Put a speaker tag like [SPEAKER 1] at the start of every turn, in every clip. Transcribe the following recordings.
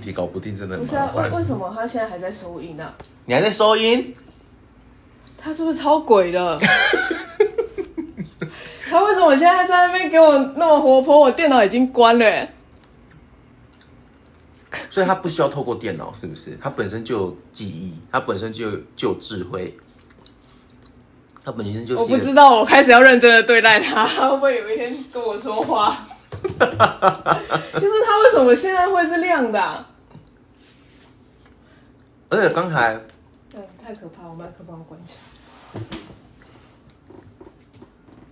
[SPEAKER 1] 题搞不定真的
[SPEAKER 2] 不
[SPEAKER 1] 很
[SPEAKER 2] 是啊
[SPEAKER 1] 麻，
[SPEAKER 2] 为为
[SPEAKER 1] 烦。
[SPEAKER 2] 什么他现在还在收音呢、
[SPEAKER 1] 你还在收音？
[SPEAKER 2] 他是不是超鬼的？ 他为什么现在还在那边给我那么活泼？我电脑已经关了、欸。
[SPEAKER 1] 所以他不需要透过电脑，是不是？他本身就有记忆，他本身就有就有智慧，他本身就是
[SPEAKER 2] 我
[SPEAKER 1] 一个
[SPEAKER 2] 不知。道，我开始要认真的对待他， 会不会有一天跟我说 话？就是他为什么现在会是亮的、啊？
[SPEAKER 1] 而且刚才
[SPEAKER 2] 嗯，太可怕，我麦克风关起来。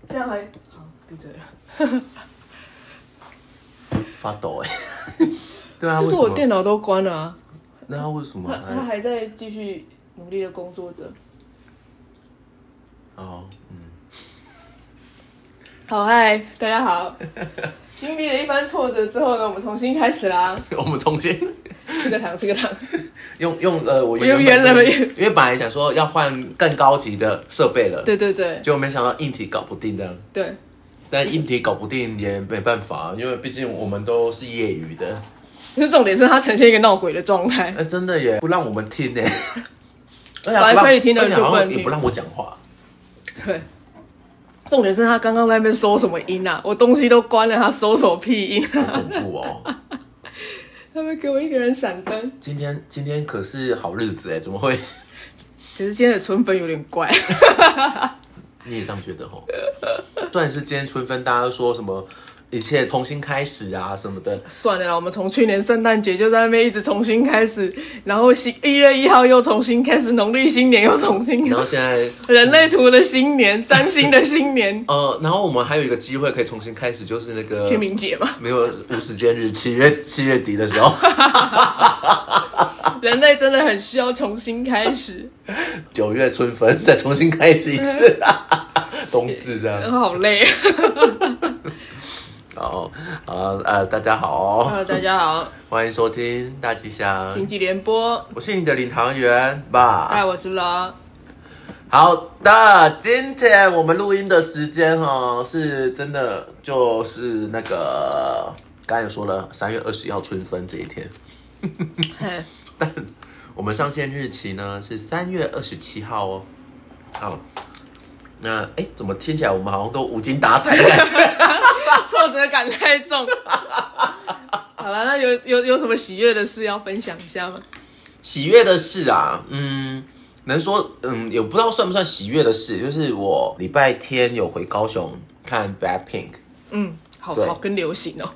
[SPEAKER 2] 这样还好，闭嘴了。
[SPEAKER 1] 发抖哎、 对 啊，
[SPEAKER 2] 就
[SPEAKER 1] 为
[SPEAKER 2] 是
[SPEAKER 1] 什
[SPEAKER 2] 我
[SPEAKER 1] 么？
[SPEAKER 2] 电脑都关了啊，
[SPEAKER 1] 那他为什么哎
[SPEAKER 2] 他他
[SPEAKER 1] 还？
[SPEAKER 2] 还在继续努力的工作着。
[SPEAKER 1] 哦，嗯，
[SPEAKER 2] 好嗨，大家 好。经历了一番挫折之后呢，我们重新开始 啦。
[SPEAKER 1] 我们重新
[SPEAKER 2] 吃个糖，吃个 糖。
[SPEAKER 1] 用用呃，我
[SPEAKER 2] 我又
[SPEAKER 1] 原本
[SPEAKER 2] 约了
[SPEAKER 1] 因为本来想说要换更高级的设备了，
[SPEAKER 2] 对对对，
[SPEAKER 1] 结果没想到硬体搞不定这样。
[SPEAKER 2] 对，
[SPEAKER 1] 但硬体搞不定也没办法，因为毕竟我们都是业余的。
[SPEAKER 2] 可是重点是它呈现一个闹鬼的状 态
[SPEAKER 1] 哎、。真的耶，不让我们听 呢。而且
[SPEAKER 2] 本来
[SPEAKER 1] 还不让
[SPEAKER 2] 可以听的
[SPEAKER 1] 而且
[SPEAKER 2] 就不
[SPEAKER 1] 好像
[SPEAKER 2] 能
[SPEAKER 1] 也
[SPEAKER 2] 听
[SPEAKER 1] 不让我讲话。
[SPEAKER 2] 对，重点是他刚刚在那边收什么音啊？我东西都关了，他收什么屁音
[SPEAKER 1] 好
[SPEAKER 2] 啊？
[SPEAKER 1] 恐怖哦！
[SPEAKER 2] 他们给我一个人闪灯。
[SPEAKER 1] 今天今天可是好日子哎，怎么会？
[SPEAKER 2] 其实今天的春分有点怪，
[SPEAKER 1] 你也这样觉得吼？虽然是今天春分，大家都说什么一切重新开始啊什么 的，
[SPEAKER 2] 算了啦，我们从去年圣诞节就在那边一直重新开始，然后新一月一号又重新开始，农历新年又重新
[SPEAKER 1] 然
[SPEAKER 2] 开
[SPEAKER 1] 后
[SPEAKER 2] 始，
[SPEAKER 1] 现在
[SPEAKER 2] 人类图的新年，占星的新年，
[SPEAKER 1] 呃，然后我们还有一个机会可以重新开始，就是那个
[SPEAKER 2] 清明节嘛，
[SPEAKER 1] 没有无时间日，七月七月底的时候，
[SPEAKER 2] 人类真的很需要重新 开始，
[SPEAKER 1] 九月春分再重新开始一次，冬至这
[SPEAKER 2] 然
[SPEAKER 1] 样。
[SPEAKER 2] 后好累。
[SPEAKER 1] 好，啊呃，大家好
[SPEAKER 2] Hello，，大家好，
[SPEAKER 1] 欢迎收听大吉祥
[SPEAKER 2] 星，际联播，
[SPEAKER 1] 我是你的领航员吧。
[SPEAKER 2] 嗨，我是 Law。
[SPEAKER 1] 好的，今天我们录音的时间哈、是真的就是那个刚才有说了，三月二十一号春分这一天，
[SPEAKER 2] 嘿
[SPEAKER 1] 但我们上线日期呢是三月二十七号哦。好，那哎，诶怎么听起来我们好像都无精打采的感觉？
[SPEAKER 2] 挫折感太 重。好了，那有有有什么喜悦的事要分享一下吗？
[SPEAKER 1] 喜悦的事啊，嗯，能说嗯，也不知道算不算喜悦的事，就是我礼拜天有回高雄看 Blackpink。
[SPEAKER 2] 嗯，好
[SPEAKER 1] 对
[SPEAKER 2] 好跟流行 哦、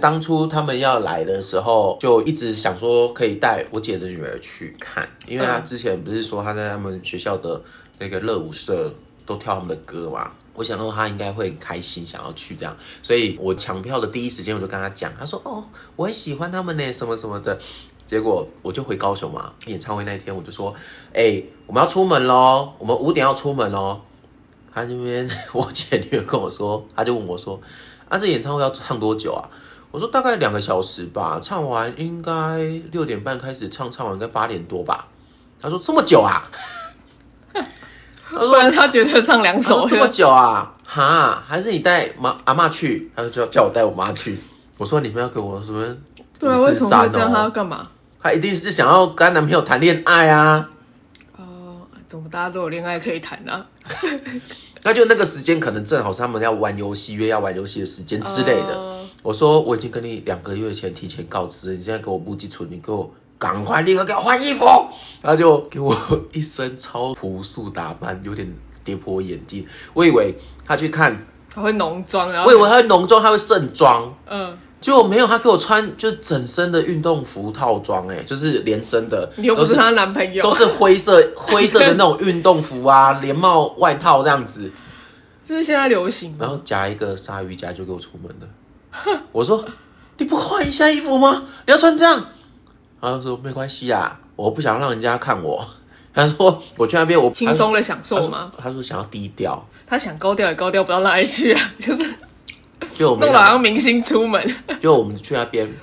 [SPEAKER 1] 当初他们要来的时候，就一直想说可以带我姐的女儿去看，因为她
[SPEAKER 2] 嗯
[SPEAKER 1] 之前不是说她在他们学校的那个热舞社都跳他们的歌嘛。我想说她应该会很开心，想要去这样，所以我抢票的第一时间我就跟她讲，她说哦，我很喜欢他们呢，什么什么的。结果我就回高雄嘛，演唱会那一天我就说，哎、我们要出门喽，我们五点要出门喽。他那边 我姐女儿跟我说，她就问我说，啊，这演唱会要唱多久啊？我说大概两个小时吧，唱完应该六点半开始唱，唱完应该八点多吧。她说这么久啊？她
[SPEAKER 2] 不
[SPEAKER 1] 说
[SPEAKER 2] 然他觉得唱两
[SPEAKER 1] 她说
[SPEAKER 2] 首
[SPEAKER 1] 这么久啊？哈，还是你带妈阿妈去？她就叫叫我带我妈去。我说你们要给我什么？
[SPEAKER 2] 对啊，
[SPEAKER 1] 五
[SPEAKER 2] 为
[SPEAKER 1] 四
[SPEAKER 2] 什么会
[SPEAKER 1] 三
[SPEAKER 2] 这样？他要
[SPEAKER 1] 哦，
[SPEAKER 2] 干嘛？
[SPEAKER 1] 她一定是想要跟她男朋友谈恋爱啊。
[SPEAKER 2] 哦、怎么大家都有恋爱可以谈 啊？
[SPEAKER 1] 那就那个时间可能正好是他们要玩游戏约要玩游戏的时间之类 的。
[SPEAKER 2] 哦
[SPEAKER 1] 我说我已经跟你两个月前提前告知，你现在给我不基础，你给我赶快立刻给我换衣服，然后就给我一身超朴素打扮，有点跌破我眼镜。我以为他去看，
[SPEAKER 2] 他会浓妆，然后
[SPEAKER 1] 我以为他会浓妆，他会盛装。
[SPEAKER 2] 嗯，
[SPEAKER 1] 结果没有，他给我穿就是整身的运动服套装，哎，就是连身的，
[SPEAKER 2] 你又不
[SPEAKER 1] 都
[SPEAKER 2] 是她男朋友
[SPEAKER 1] 都是灰色灰色的那种运动服啊，连帽外套这样子。
[SPEAKER 2] 这是现在流行
[SPEAKER 1] 然
[SPEAKER 2] 吗？
[SPEAKER 1] 后夹一个鲨鱼夹就给我出门 了。我说你不换一下衣服吗？你要穿这样？然后他说没关系啊，我不想让人家看我。他说我去那边我
[SPEAKER 2] 轻松地享受吗？
[SPEAKER 1] 他说他说想要低调，
[SPEAKER 2] 他想高调也高调不到哪里去啊， 就是
[SPEAKER 1] 就我
[SPEAKER 2] 弄
[SPEAKER 1] 们
[SPEAKER 2] 得好像明星出门。
[SPEAKER 1] 就我们去那边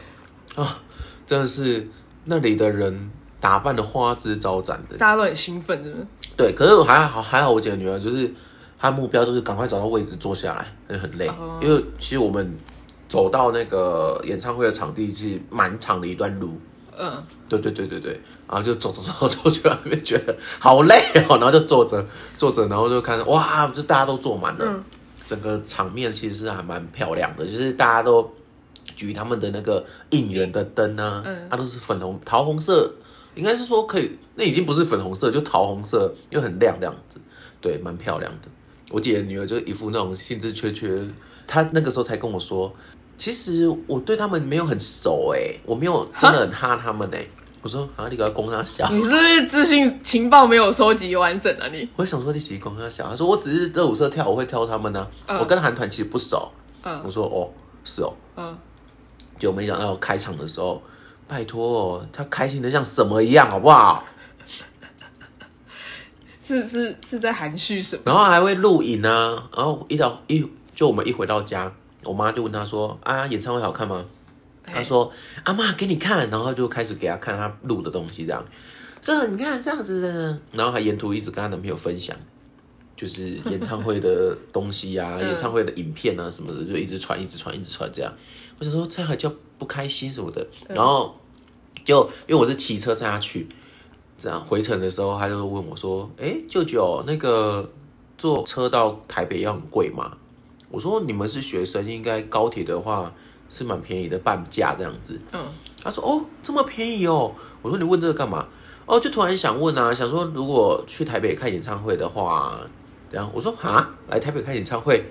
[SPEAKER 1] 啊，真的是那里的人打扮的花枝招展的。
[SPEAKER 2] 大家都很兴奋，是不是？
[SPEAKER 1] 对，可是我还好还好，我姐的女儿就是她目标就是赶快找到位置坐下来，很很累，
[SPEAKER 2] 哦
[SPEAKER 1] 因为其实我们走到那个演唱会的场地是蛮长的一段路。
[SPEAKER 2] 嗯，
[SPEAKER 1] 对对对对对，然后就走走走走去那边，觉得好累哦，然后就坐着坐着，然后就看哇，就大家都坐满了，
[SPEAKER 2] 嗯
[SPEAKER 1] 整个场面其实还蛮漂亮的，就是大家都举他们的那个应援的灯啊，
[SPEAKER 2] 嗯
[SPEAKER 1] 它都是粉红桃红色，应该是说可以，那已经不是粉红色，就桃红色，又很亮这样子，对，蛮漂亮的。我姐的女儿就一副那种兴致缺缺，她那个时候才跟我说，其实我对他们没有很熟哎、我没有真的很哈他们哎、我说啊，你给他攻他小，
[SPEAKER 2] 你是不是资讯情报没有收集完整啊你？
[SPEAKER 1] 我想说你喜欢攻他小，她说我只是热舞社跳，我会跳他们呢、啊
[SPEAKER 2] 嗯
[SPEAKER 1] 我跟韩团其实不熟。我
[SPEAKER 2] 嗯
[SPEAKER 1] 说哦，是哦，
[SPEAKER 2] 嗯，
[SPEAKER 1] 就没想到开场的时候，拜托、哦，他开心的像什么一样，好不好？
[SPEAKER 2] 是是是在含蓄什么？
[SPEAKER 1] 然后还会录影啊，然后一到一就我们一回到家，我妈就问他说啊，演唱会好看吗？他说阿妈给你看，然后就开始给他看他录的东西，这样，这你看这样子的，然后还沿途一直跟她男朋友分享，就是演唱会的东西 啊，
[SPEAKER 2] 嗯
[SPEAKER 1] 演唱会的影片啊什么的，就一直传一直传一直传这样，我想说这还叫不开心什么的，
[SPEAKER 2] 嗯
[SPEAKER 1] 然后就因为我是骑车载他去，这样回程的时候他就问我说，哎舅舅那个坐车到台北要很贵吗？我说你们是学生，应该高铁的话是蛮便宜的，半价这样子。
[SPEAKER 2] 哎嗯
[SPEAKER 1] 他说哦，这么便宜哦。我说你问这个干嘛？哦，就突然想问啊，想说如果去台北看演唱会的话，然后我说哈，来台北看演唱会，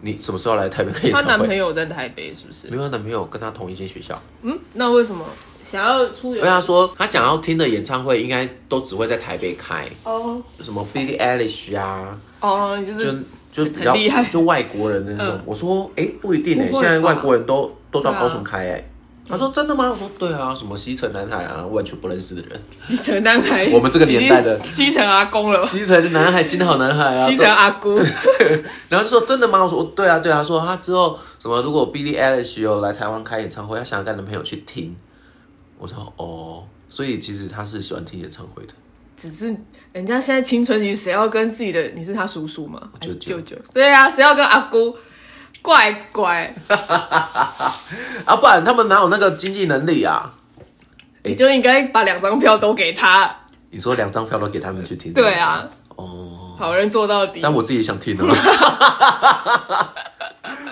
[SPEAKER 1] 你什么时候来台北看演
[SPEAKER 2] 她
[SPEAKER 1] 唱会？
[SPEAKER 2] 男朋友在台北是不
[SPEAKER 1] 没
[SPEAKER 2] 是？
[SPEAKER 1] 有她男朋友跟她同一间学校，
[SPEAKER 2] 嗯，那为什么想要出
[SPEAKER 1] 因
[SPEAKER 2] 游？
[SPEAKER 1] 为她说她想要听的演唱会应该都只会在台北开，
[SPEAKER 2] 哦
[SPEAKER 1] 什么 Billie Eilish 啊，
[SPEAKER 2] 哦，就
[SPEAKER 1] 就是就比较
[SPEAKER 2] 很厉害，
[SPEAKER 1] 就外国人的那种。
[SPEAKER 2] 嗯
[SPEAKER 1] 我说，哎、不一定哎、
[SPEAKER 2] 不
[SPEAKER 1] 现
[SPEAKER 2] 会
[SPEAKER 1] 在
[SPEAKER 2] 吧
[SPEAKER 1] 外国人都都到
[SPEAKER 2] 对啊嗯
[SPEAKER 1] 高雄开哎、他说真的吗？我说对啊，什么西城男孩啊，完全不认识的 人。
[SPEAKER 2] 西城男孩，
[SPEAKER 1] 我们这个年代的
[SPEAKER 2] 已经西城阿公了，
[SPEAKER 1] 西城男孩，新好男孩啊，
[SPEAKER 2] 西城阿姑，
[SPEAKER 1] 然后就说真的吗？我说对啊对啊，说他之后什么如果 Billie Eilish 有来台湾开演唱会，他想要跟男朋友去听。我说哦，所以其实他是喜欢听演唱会的。
[SPEAKER 2] 只是人家现在青春期，谁要跟自己的你是他叔叔吗？
[SPEAKER 1] 我舅舅
[SPEAKER 2] 还是舅，对啊，谁要跟阿姑？怪怪，
[SPEAKER 1] 啊，不然他们哪有那个经济能力啊？
[SPEAKER 2] 你就应该把两张票都给他，
[SPEAKER 1] 你说两张票都给他们去听？
[SPEAKER 2] 对啊。
[SPEAKER 1] 哦。
[SPEAKER 2] 好人做到底。
[SPEAKER 1] 但我自己也想听 啊，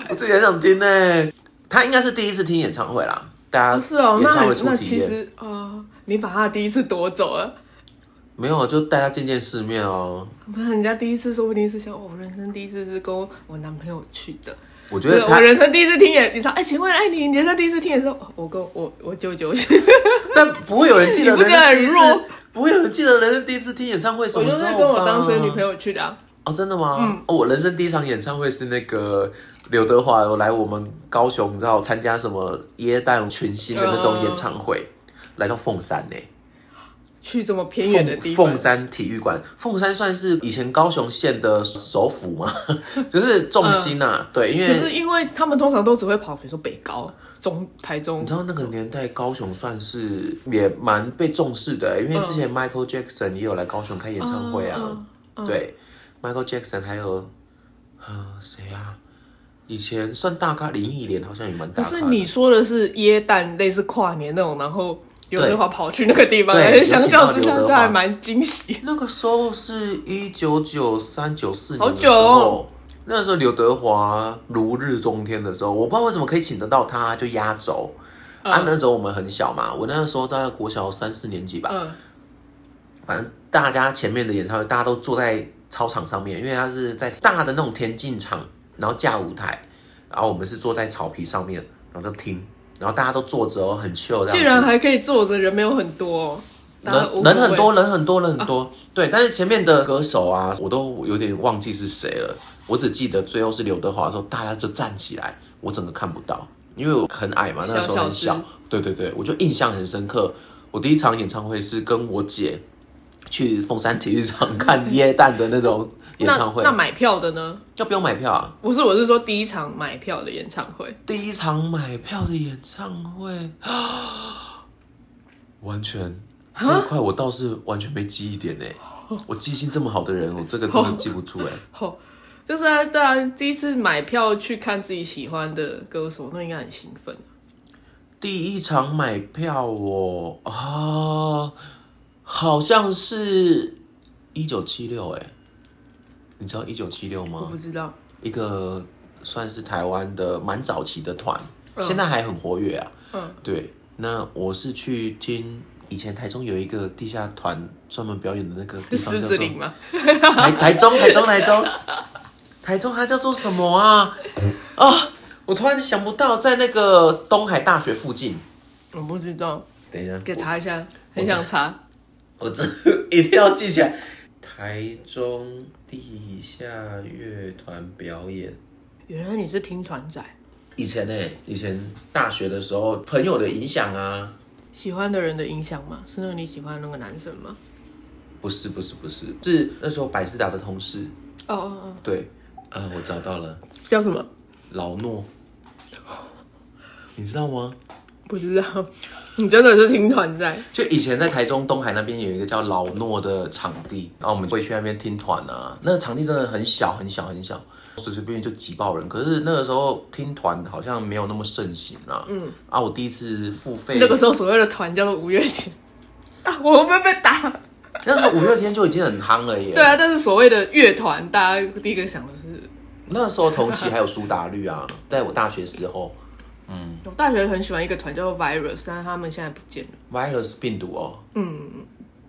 [SPEAKER 1] 我自己也想听呢、他应该是第一次听演唱会啦，大
[SPEAKER 2] 不
[SPEAKER 1] 家
[SPEAKER 2] 是哦，
[SPEAKER 1] 演
[SPEAKER 2] 那
[SPEAKER 1] 唱会初
[SPEAKER 2] 那
[SPEAKER 1] 体
[SPEAKER 2] 其
[SPEAKER 1] 验
[SPEAKER 2] 实啊、哦你把他的第一次夺走了，
[SPEAKER 1] 没有，就带他见见世面哦。
[SPEAKER 2] 不然人家第一次说不定是想我人生第一次是跟我男朋友去的，
[SPEAKER 1] 我觉得
[SPEAKER 2] 对
[SPEAKER 1] 他
[SPEAKER 2] 我，人生第一次听演，你说哎，请问哎，你你人生第一次听演说，哦我跟我我舅舅去，
[SPEAKER 1] 但不会有人记得
[SPEAKER 2] 你不
[SPEAKER 1] 人
[SPEAKER 2] 觉得
[SPEAKER 1] 家
[SPEAKER 2] 很
[SPEAKER 1] 第一次
[SPEAKER 2] 弱，
[SPEAKER 1] 不会有人记得人家第一次听演唱会什
[SPEAKER 2] 我
[SPEAKER 1] 么
[SPEAKER 2] 就
[SPEAKER 1] 时
[SPEAKER 2] 是
[SPEAKER 1] 候
[SPEAKER 2] 跟我当时的
[SPEAKER 1] 吧
[SPEAKER 2] 女朋友去的、啊，
[SPEAKER 1] 哦，真的吗？
[SPEAKER 2] 嗯
[SPEAKER 1] 哦，我人生第一场演唱会是那个刘德华有来我们高雄，你知道参加什么耶诞群星的那种
[SPEAKER 2] 嗯
[SPEAKER 1] 演唱会，来到凤山呢、
[SPEAKER 2] 去这么偏远的
[SPEAKER 1] 凤
[SPEAKER 2] 地方，
[SPEAKER 1] 凤山体育馆，凤山算是以前高雄县的首府嘛， 就是重心呐、对，因
[SPEAKER 2] 嗯可是
[SPEAKER 1] 为
[SPEAKER 2] 因为他们通常都只会跑，比如说北高、中、台中
[SPEAKER 1] 你知，道那个年代高雄算是也蛮被重视的、欸因为之前 Michael Jackson 也有来高雄开演唱会啊，
[SPEAKER 2] 嗯嗯嗯
[SPEAKER 1] 对，Michael Jackson 还有呃谁啊？以前算大咖，林忆莲好像也蛮大
[SPEAKER 2] 可
[SPEAKER 1] 咖的。
[SPEAKER 2] 是你说的是耶诞，类似跨年那种，然后刘德华跑去那个地方，
[SPEAKER 1] 对
[SPEAKER 2] 而且相较之
[SPEAKER 1] 尤其
[SPEAKER 2] 下
[SPEAKER 1] 到刘
[SPEAKER 2] 是
[SPEAKER 1] 德华
[SPEAKER 2] 还蛮惊喜。
[SPEAKER 1] 那个时候是一九九三九四年
[SPEAKER 2] 好
[SPEAKER 1] 的时
[SPEAKER 2] 久哦
[SPEAKER 1] 候，那时候刘德华如日中天的时候，我不知道为什么可以请得到他，就压轴。
[SPEAKER 2] 嗯
[SPEAKER 1] 啊，那时候我们很小嘛，我那时候大概国小三四年级吧，
[SPEAKER 2] 嗯，
[SPEAKER 1] 反正大家前面的演唱会，大家都坐在操场上面，因为它是在大的那种田径场，然后架舞台，然后我们是坐在草皮上面，然后就听，然后大家都坐着哦，很 chill 这样子。
[SPEAKER 2] 竟然还可以坐着，人没有很多、哦，大家无
[SPEAKER 1] 人
[SPEAKER 2] 所
[SPEAKER 1] 人很
[SPEAKER 2] 谓啊
[SPEAKER 1] 多，，人很多，人很多。对，但是前面的歌手啊，我都有点忘记是谁了，我只记得最后是刘德华的时候，大家就站起来，我整个看不到，因为我很矮嘛，那时候很
[SPEAKER 2] 小小
[SPEAKER 1] 小
[SPEAKER 2] 只。
[SPEAKER 1] 对对对，我就印象很深刻。我第一场演唱会是跟我姐去凤山体育 场看耶诞的那种演唱会
[SPEAKER 2] 那。那买票的呢？
[SPEAKER 1] 要不要买票啊？
[SPEAKER 2] 不是，我是说第一场买票的演唱会，
[SPEAKER 1] 第一场买票的演唱会， 完全这一块我倒欸哦是完全没记忆点呢、我记性这么好的人，我这个真的记不住哎、
[SPEAKER 2] 吼、就是啊，对啊，第一次买票去看自己喜欢的歌手，那应该很兴奋。
[SPEAKER 1] 第一场买票哦，啊，好像是一九七六哎，你知道一九七六
[SPEAKER 2] 我
[SPEAKER 1] 吗
[SPEAKER 2] 不？知道，
[SPEAKER 1] 一个算是台湾的蛮早期的团，
[SPEAKER 2] 嗯
[SPEAKER 1] 现在还很活跃啊。
[SPEAKER 2] 嗯，
[SPEAKER 1] 对，那我是去听以前台中有一个地下团专门表演的那个地
[SPEAKER 2] 是
[SPEAKER 1] 方
[SPEAKER 2] 狮
[SPEAKER 1] 叫
[SPEAKER 2] 子
[SPEAKER 1] 做
[SPEAKER 2] 林吗？
[SPEAKER 1] 台台中台中台中台中它叫做什么啊？啊，我突然想不到，在那个东海大学附近。
[SPEAKER 2] 我不知道，
[SPEAKER 1] 等一下，
[SPEAKER 2] 给查一下，
[SPEAKER 1] 我
[SPEAKER 2] 很想查。
[SPEAKER 1] 我这 一定要记起来。台中地下乐团表演，
[SPEAKER 2] 原来你是听团仔，
[SPEAKER 1] 以前呢、以前大学的时候，朋友的影响啊，
[SPEAKER 2] 喜欢的人的影响吗？是那个你喜欢的那个男生吗？
[SPEAKER 1] 不是不是不是，是那时候百事达的同事，
[SPEAKER 2] 哦哦
[SPEAKER 1] 对，啊，我找到了，
[SPEAKER 2] 哦，叫什么？
[SPEAKER 1] 老诺，你知道吗？
[SPEAKER 2] 不知道， 你真的是听团仔。
[SPEAKER 1] 就以前在台中东海那边有一个叫老诺的场地，然后我们会去那边听团啊。那个场地真的很小很小很小，随随便便就挤爆人。可是那个时候听团好像没有那么盛行啊。
[SPEAKER 2] 嗯，
[SPEAKER 1] 啊，我第一次付费，
[SPEAKER 2] 那个时候所谓的团叫做五月天 啊，我会不会被打？
[SPEAKER 1] 那时候五月天就已经很夯了耶。
[SPEAKER 2] 对啊，，但是所谓的乐团，大家第一个想的是，
[SPEAKER 1] 那时候同期还有苏打绿啊，在我大学时候，嗯
[SPEAKER 2] 我大学很喜欢一个团叫做 Virus，但是他们现在不见了。
[SPEAKER 1] ，virus 病毒哦，
[SPEAKER 2] 嗯，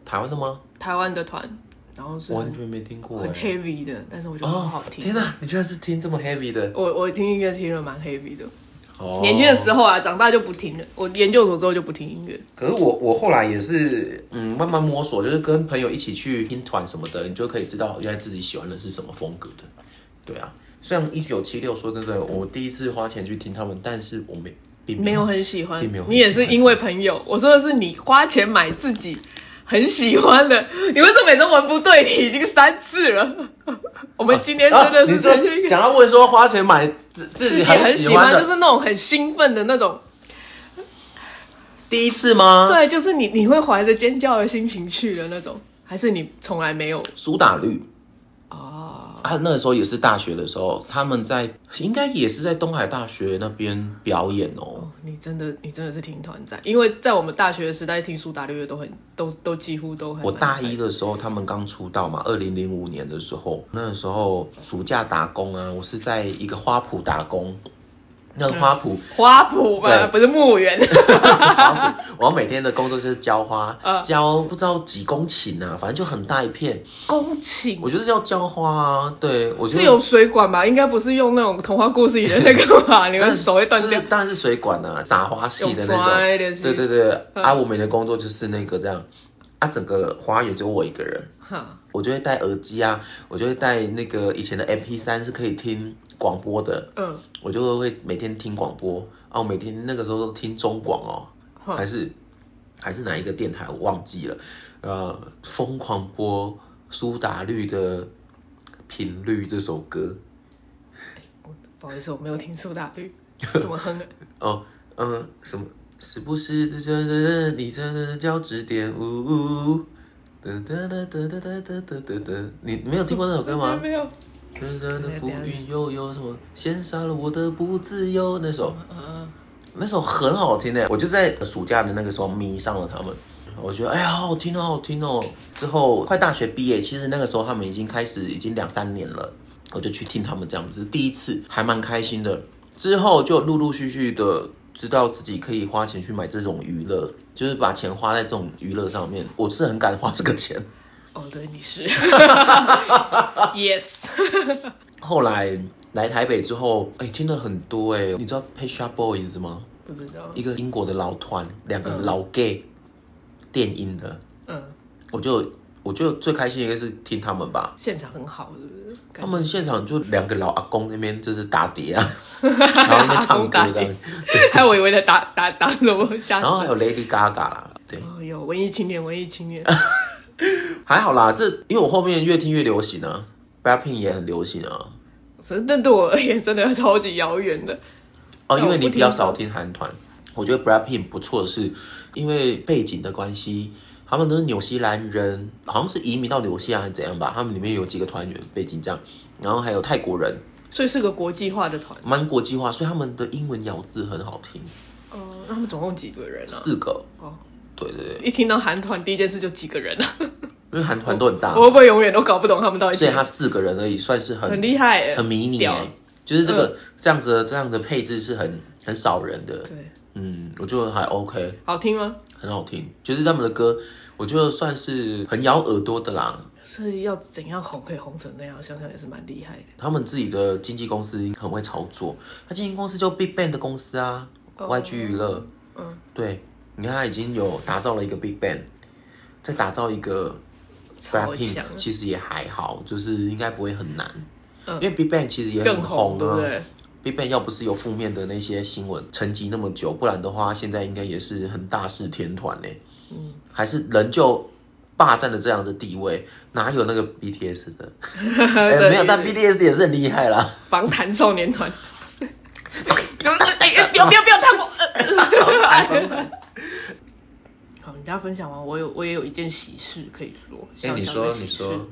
[SPEAKER 1] 台湾的吗？
[SPEAKER 2] 台湾的团，然后是
[SPEAKER 1] 我完全没听过
[SPEAKER 2] 很
[SPEAKER 1] 哎。
[SPEAKER 2] heavy 的，但是我觉得很
[SPEAKER 1] 哦
[SPEAKER 2] 好，听。
[SPEAKER 1] 天哪、你居然是听这么 heavy 的？
[SPEAKER 2] 我我听音乐听了蛮 heavy 的，
[SPEAKER 1] 哦
[SPEAKER 2] 年轻的时候啊，长大就不听了。我研究所之后就不听音乐。
[SPEAKER 1] 可是我我后来也是，嗯，慢慢摸索，就是跟朋友一起去听团什么的，你就可以知道原来自己喜欢的是什么风格的。对啊，像一九七六，说真的，我第一次花钱去听他们，但是我没并
[SPEAKER 2] 没有很喜欢
[SPEAKER 1] 并没有，很
[SPEAKER 2] 你也
[SPEAKER 1] 喜
[SPEAKER 2] 是
[SPEAKER 1] 欢
[SPEAKER 2] 因为朋友。我说的是你花钱买自己很喜欢的，你为什么每次文不对题已经三次了？我们今天真的
[SPEAKER 1] 啊
[SPEAKER 2] 是
[SPEAKER 1] 你说
[SPEAKER 2] 呈现一个
[SPEAKER 1] 想要问说花钱买自自
[SPEAKER 2] 自己
[SPEAKER 1] 很
[SPEAKER 2] 很
[SPEAKER 1] 喜
[SPEAKER 2] 喜
[SPEAKER 1] 欢
[SPEAKER 2] 欢，
[SPEAKER 1] 的，
[SPEAKER 2] 就是那种很兴奋的那种，
[SPEAKER 1] 第一次吗？，
[SPEAKER 2] 对，就是你你会怀着尖叫的心情去的那种，还是你从来没有
[SPEAKER 1] 苏打绿
[SPEAKER 2] 啊？
[SPEAKER 1] 啊，那时候也是大学的时候，他们在应该也是在东海大学那边表演哦。
[SPEAKER 2] 哦，你真的你真的是听团仔，因为在我们大学的时代听苏打绿的都很都都几乎都很。
[SPEAKER 1] 我大一的时候，他们刚出道嘛，二零零五年的时候，那时候暑假打工啊，我是在一个花圃打工，那个花圃。
[SPEAKER 2] 花圃嘛，
[SPEAKER 1] 对
[SPEAKER 2] 不是墓 园。
[SPEAKER 1] 花圃，我每天的工作就是浇花，
[SPEAKER 2] 嗯
[SPEAKER 1] 浇不知道几公顷啊，反正就很大一片。
[SPEAKER 2] 公顷
[SPEAKER 1] 我觉得是要浇花啊，对我觉
[SPEAKER 2] 是
[SPEAKER 1] 得
[SPEAKER 2] 有水管吧？应该不是用那种童话故事里的那个吧？你
[SPEAKER 1] 但
[SPEAKER 2] 们
[SPEAKER 1] 是
[SPEAKER 2] 手会断掉
[SPEAKER 1] 就是。当然是水管啊，撒花系的那
[SPEAKER 2] 用
[SPEAKER 1] 种。
[SPEAKER 2] 抓的就是
[SPEAKER 1] 对对对，
[SPEAKER 2] 嗯
[SPEAKER 1] 啊，我每天工作就是那个这样，啊，整个花园只有我一个人，
[SPEAKER 2] 哈，
[SPEAKER 1] 我就会戴耳机啊，我就会戴那个以前的 MP 3是可以听广播的，
[SPEAKER 2] 嗯，
[SPEAKER 1] 我就会每天听广播啊，我每天那个时候都听中广哦，
[SPEAKER 2] 哼
[SPEAKER 1] 还是还是哪一个电台我忘记了，呃，疯狂播苏打绿的《频率》这首歌。
[SPEAKER 2] 我哦不好意思，我没有听苏打 绿，怎么哼的？
[SPEAKER 1] 哦，嗯，什么？时不时的这这你这这叫指点，呜呜，哒哒哒哒哒哒哒哒哒哒，你没有听过那首歌吗？
[SPEAKER 2] 没有。
[SPEAKER 1] 哒哒的浮云悠悠，什么羡煞了我的不自由那首，
[SPEAKER 2] 嗯，
[SPEAKER 1] 那首很好听的，我就在暑假的那个时候迷上了他们。我觉得哎呀，好好听哦，好好听哦。之后快大学毕业，其实那个时候他们已经开始，已经两三年了，我就去听他们这样子，第一次还蛮开心的。之后就陆陆续续的知道自己可以花钱去买这种娱乐，就是把钱花在这种娱乐上面，我是很敢花这个钱。
[SPEAKER 2] 哦，对，你是。yes
[SPEAKER 1] 后来来台北之后，哎，听了很多哎，你知道 p a s h a Boys 吗？
[SPEAKER 2] 不知道。
[SPEAKER 1] 一个英国的老团，两个
[SPEAKER 2] 嗯
[SPEAKER 1] 老 gay，电音的，
[SPEAKER 2] 嗯，
[SPEAKER 1] 我就我就最开心应该是听他们吧。
[SPEAKER 2] 现场很好，是不是？感觉
[SPEAKER 1] 他们现场就两个老阿公那边就是打碟啊，然后那边唱歌这样，
[SPEAKER 2] 还有我以为在打打打什么下
[SPEAKER 1] 然后还
[SPEAKER 2] 次。
[SPEAKER 1] 有 Lady Gaga 啦，对，
[SPEAKER 2] 哦，有文艺青年，文艺青年。
[SPEAKER 1] 还好啦，这因为我后面越听越流行啊，Blackpink 也很流行啊，
[SPEAKER 2] 所以那对我而言真的超级遥远的。
[SPEAKER 1] 哦，
[SPEAKER 2] 那
[SPEAKER 1] 因
[SPEAKER 2] 我
[SPEAKER 1] 为你
[SPEAKER 2] 不
[SPEAKER 1] 比较
[SPEAKER 2] 听
[SPEAKER 1] 少听韩团，我觉得 Blackpink 不错的是，因为背景的关系，他们都是纽西兰人，好像是移民到纽西兰还是怎样吧，他们里面有几个团员背景这样，然后还有泰国人，
[SPEAKER 2] 所以是个国际化的团。
[SPEAKER 1] 蛮国际化，所以他们的英文咬字很好听，
[SPEAKER 2] 哦、那他们总共几个人啊？
[SPEAKER 1] 四个，
[SPEAKER 2] 哦，
[SPEAKER 1] 对对对，
[SPEAKER 2] 一听到韩团，第一件事就几个人啊。
[SPEAKER 1] 因为韩团都很 大，
[SPEAKER 2] 我会不会永远都搞不懂他们到底
[SPEAKER 1] 所
[SPEAKER 2] 几
[SPEAKER 1] 以
[SPEAKER 2] 个
[SPEAKER 1] 他四个人而已，算是很
[SPEAKER 2] 很厉害耶
[SPEAKER 1] 很迷你
[SPEAKER 2] 屌呃
[SPEAKER 1] 哎，就是这个、这样子的这样的配置是很很少人的，
[SPEAKER 2] 对，
[SPEAKER 1] 嗯，我觉得还 OK，
[SPEAKER 2] 好听吗？
[SPEAKER 1] 很好听，就是他们的歌，我觉得算是很咬耳朵的啦。
[SPEAKER 2] 所以要怎样红可以红成那样，想想也是蛮厉害的。
[SPEAKER 1] 他们自己的经纪公司很会操作，他经纪公司就 Big Bang 的公司啊、
[SPEAKER 2] 哦
[SPEAKER 1] y g 娱乐，
[SPEAKER 2] 嗯，
[SPEAKER 1] 对，你看他已经有打造了一个 Big Bang，再打造一个
[SPEAKER 2] 超
[SPEAKER 1] Blackpink，
[SPEAKER 2] 强。
[SPEAKER 1] 其实也还好，就是应该不会很难，
[SPEAKER 2] 嗯
[SPEAKER 1] 因为 Big Bang 其实也很
[SPEAKER 2] 更红
[SPEAKER 1] 啊，
[SPEAKER 2] 对不对
[SPEAKER 1] Big Bang 要不是有负面的那些新闻沉寂那么久，不然的话，现在应该也是很大势天团欸呢、
[SPEAKER 2] 嗯，
[SPEAKER 1] 还是仍旧霸占了这样的地位，哪有那个 BTS 的？哎、
[SPEAKER 2] 呃对
[SPEAKER 1] 没有， 但
[SPEAKER 2] 对
[SPEAKER 1] BTS 也是很厉害啦。
[SPEAKER 2] 防弹少年 团。哎哎，不要不要不要烫我！呃好，你大家分享完，我有我也有一件喜事可以说。
[SPEAKER 1] 哎、
[SPEAKER 2] 小
[SPEAKER 1] 你
[SPEAKER 2] 小
[SPEAKER 1] 说
[SPEAKER 2] 的
[SPEAKER 1] 你
[SPEAKER 2] 喜事
[SPEAKER 1] 说，，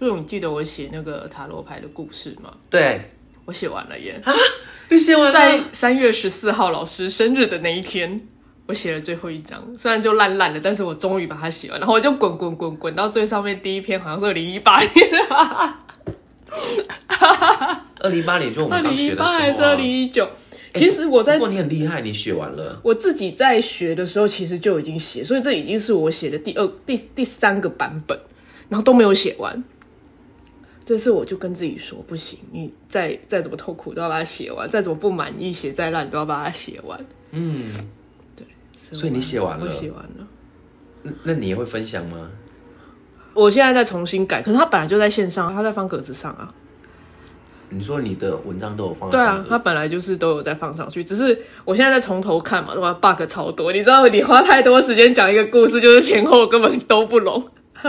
[SPEAKER 2] 就是你记得我写那个塔罗牌的故事吗？
[SPEAKER 1] 对
[SPEAKER 2] 我写完了 耶，
[SPEAKER 1] 啊，你写完
[SPEAKER 2] 在
[SPEAKER 1] 了，
[SPEAKER 2] 三月十四号老师生日的那一天，我写了最后一张，虽然就烂烂的，但是我终于把它写完，然后我就滚滚滚滚到最上面第一篇，好像是二零一八年，
[SPEAKER 1] 二零一八年就我
[SPEAKER 2] 二
[SPEAKER 1] 们
[SPEAKER 2] 零
[SPEAKER 1] 刚学的时候、
[SPEAKER 2] 一八
[SPEAKER 1] 啊，
[SPEAKER 2] 还是二零一九？
[SPEAKER 1] 哎
[SPEAKER 2] 其实我在
[SPEAKER 1] 不过你很厉害，你写完了。
[SPEAKER 2] 我自己在学的时候，其实就已经写，所以这已经是我写的第二、第第三个版本，然后都没有写完。这次我就跟自己说，不行，你再再怎么痛苦都要把它写完，再怎么不满意、写再烂都要把它写完。
[SPEAKER 1] 嗯，
[SPEAKER 2] 对，
[SPEAKER 1] 所以你写完了
[SPEAKER 2] 我写完了。
[SPEAKER 1] 那嗯那你也会分享吗？
[SPEAKER 2] 我现在在重新改，可是它本来就在线上，它在方格子上啊。
[SPEAKER 1] 你说你的文章都有放在
[SPEAKER 2] 对啊
[SPEAKER 1] 上，面
[SPEAKER 2] 它本来就是都有在放上去，只是我现在在从头看嘛，哇，bug 超多。你知道，你花太多时间讲一个故事，就是前后根本都不拢，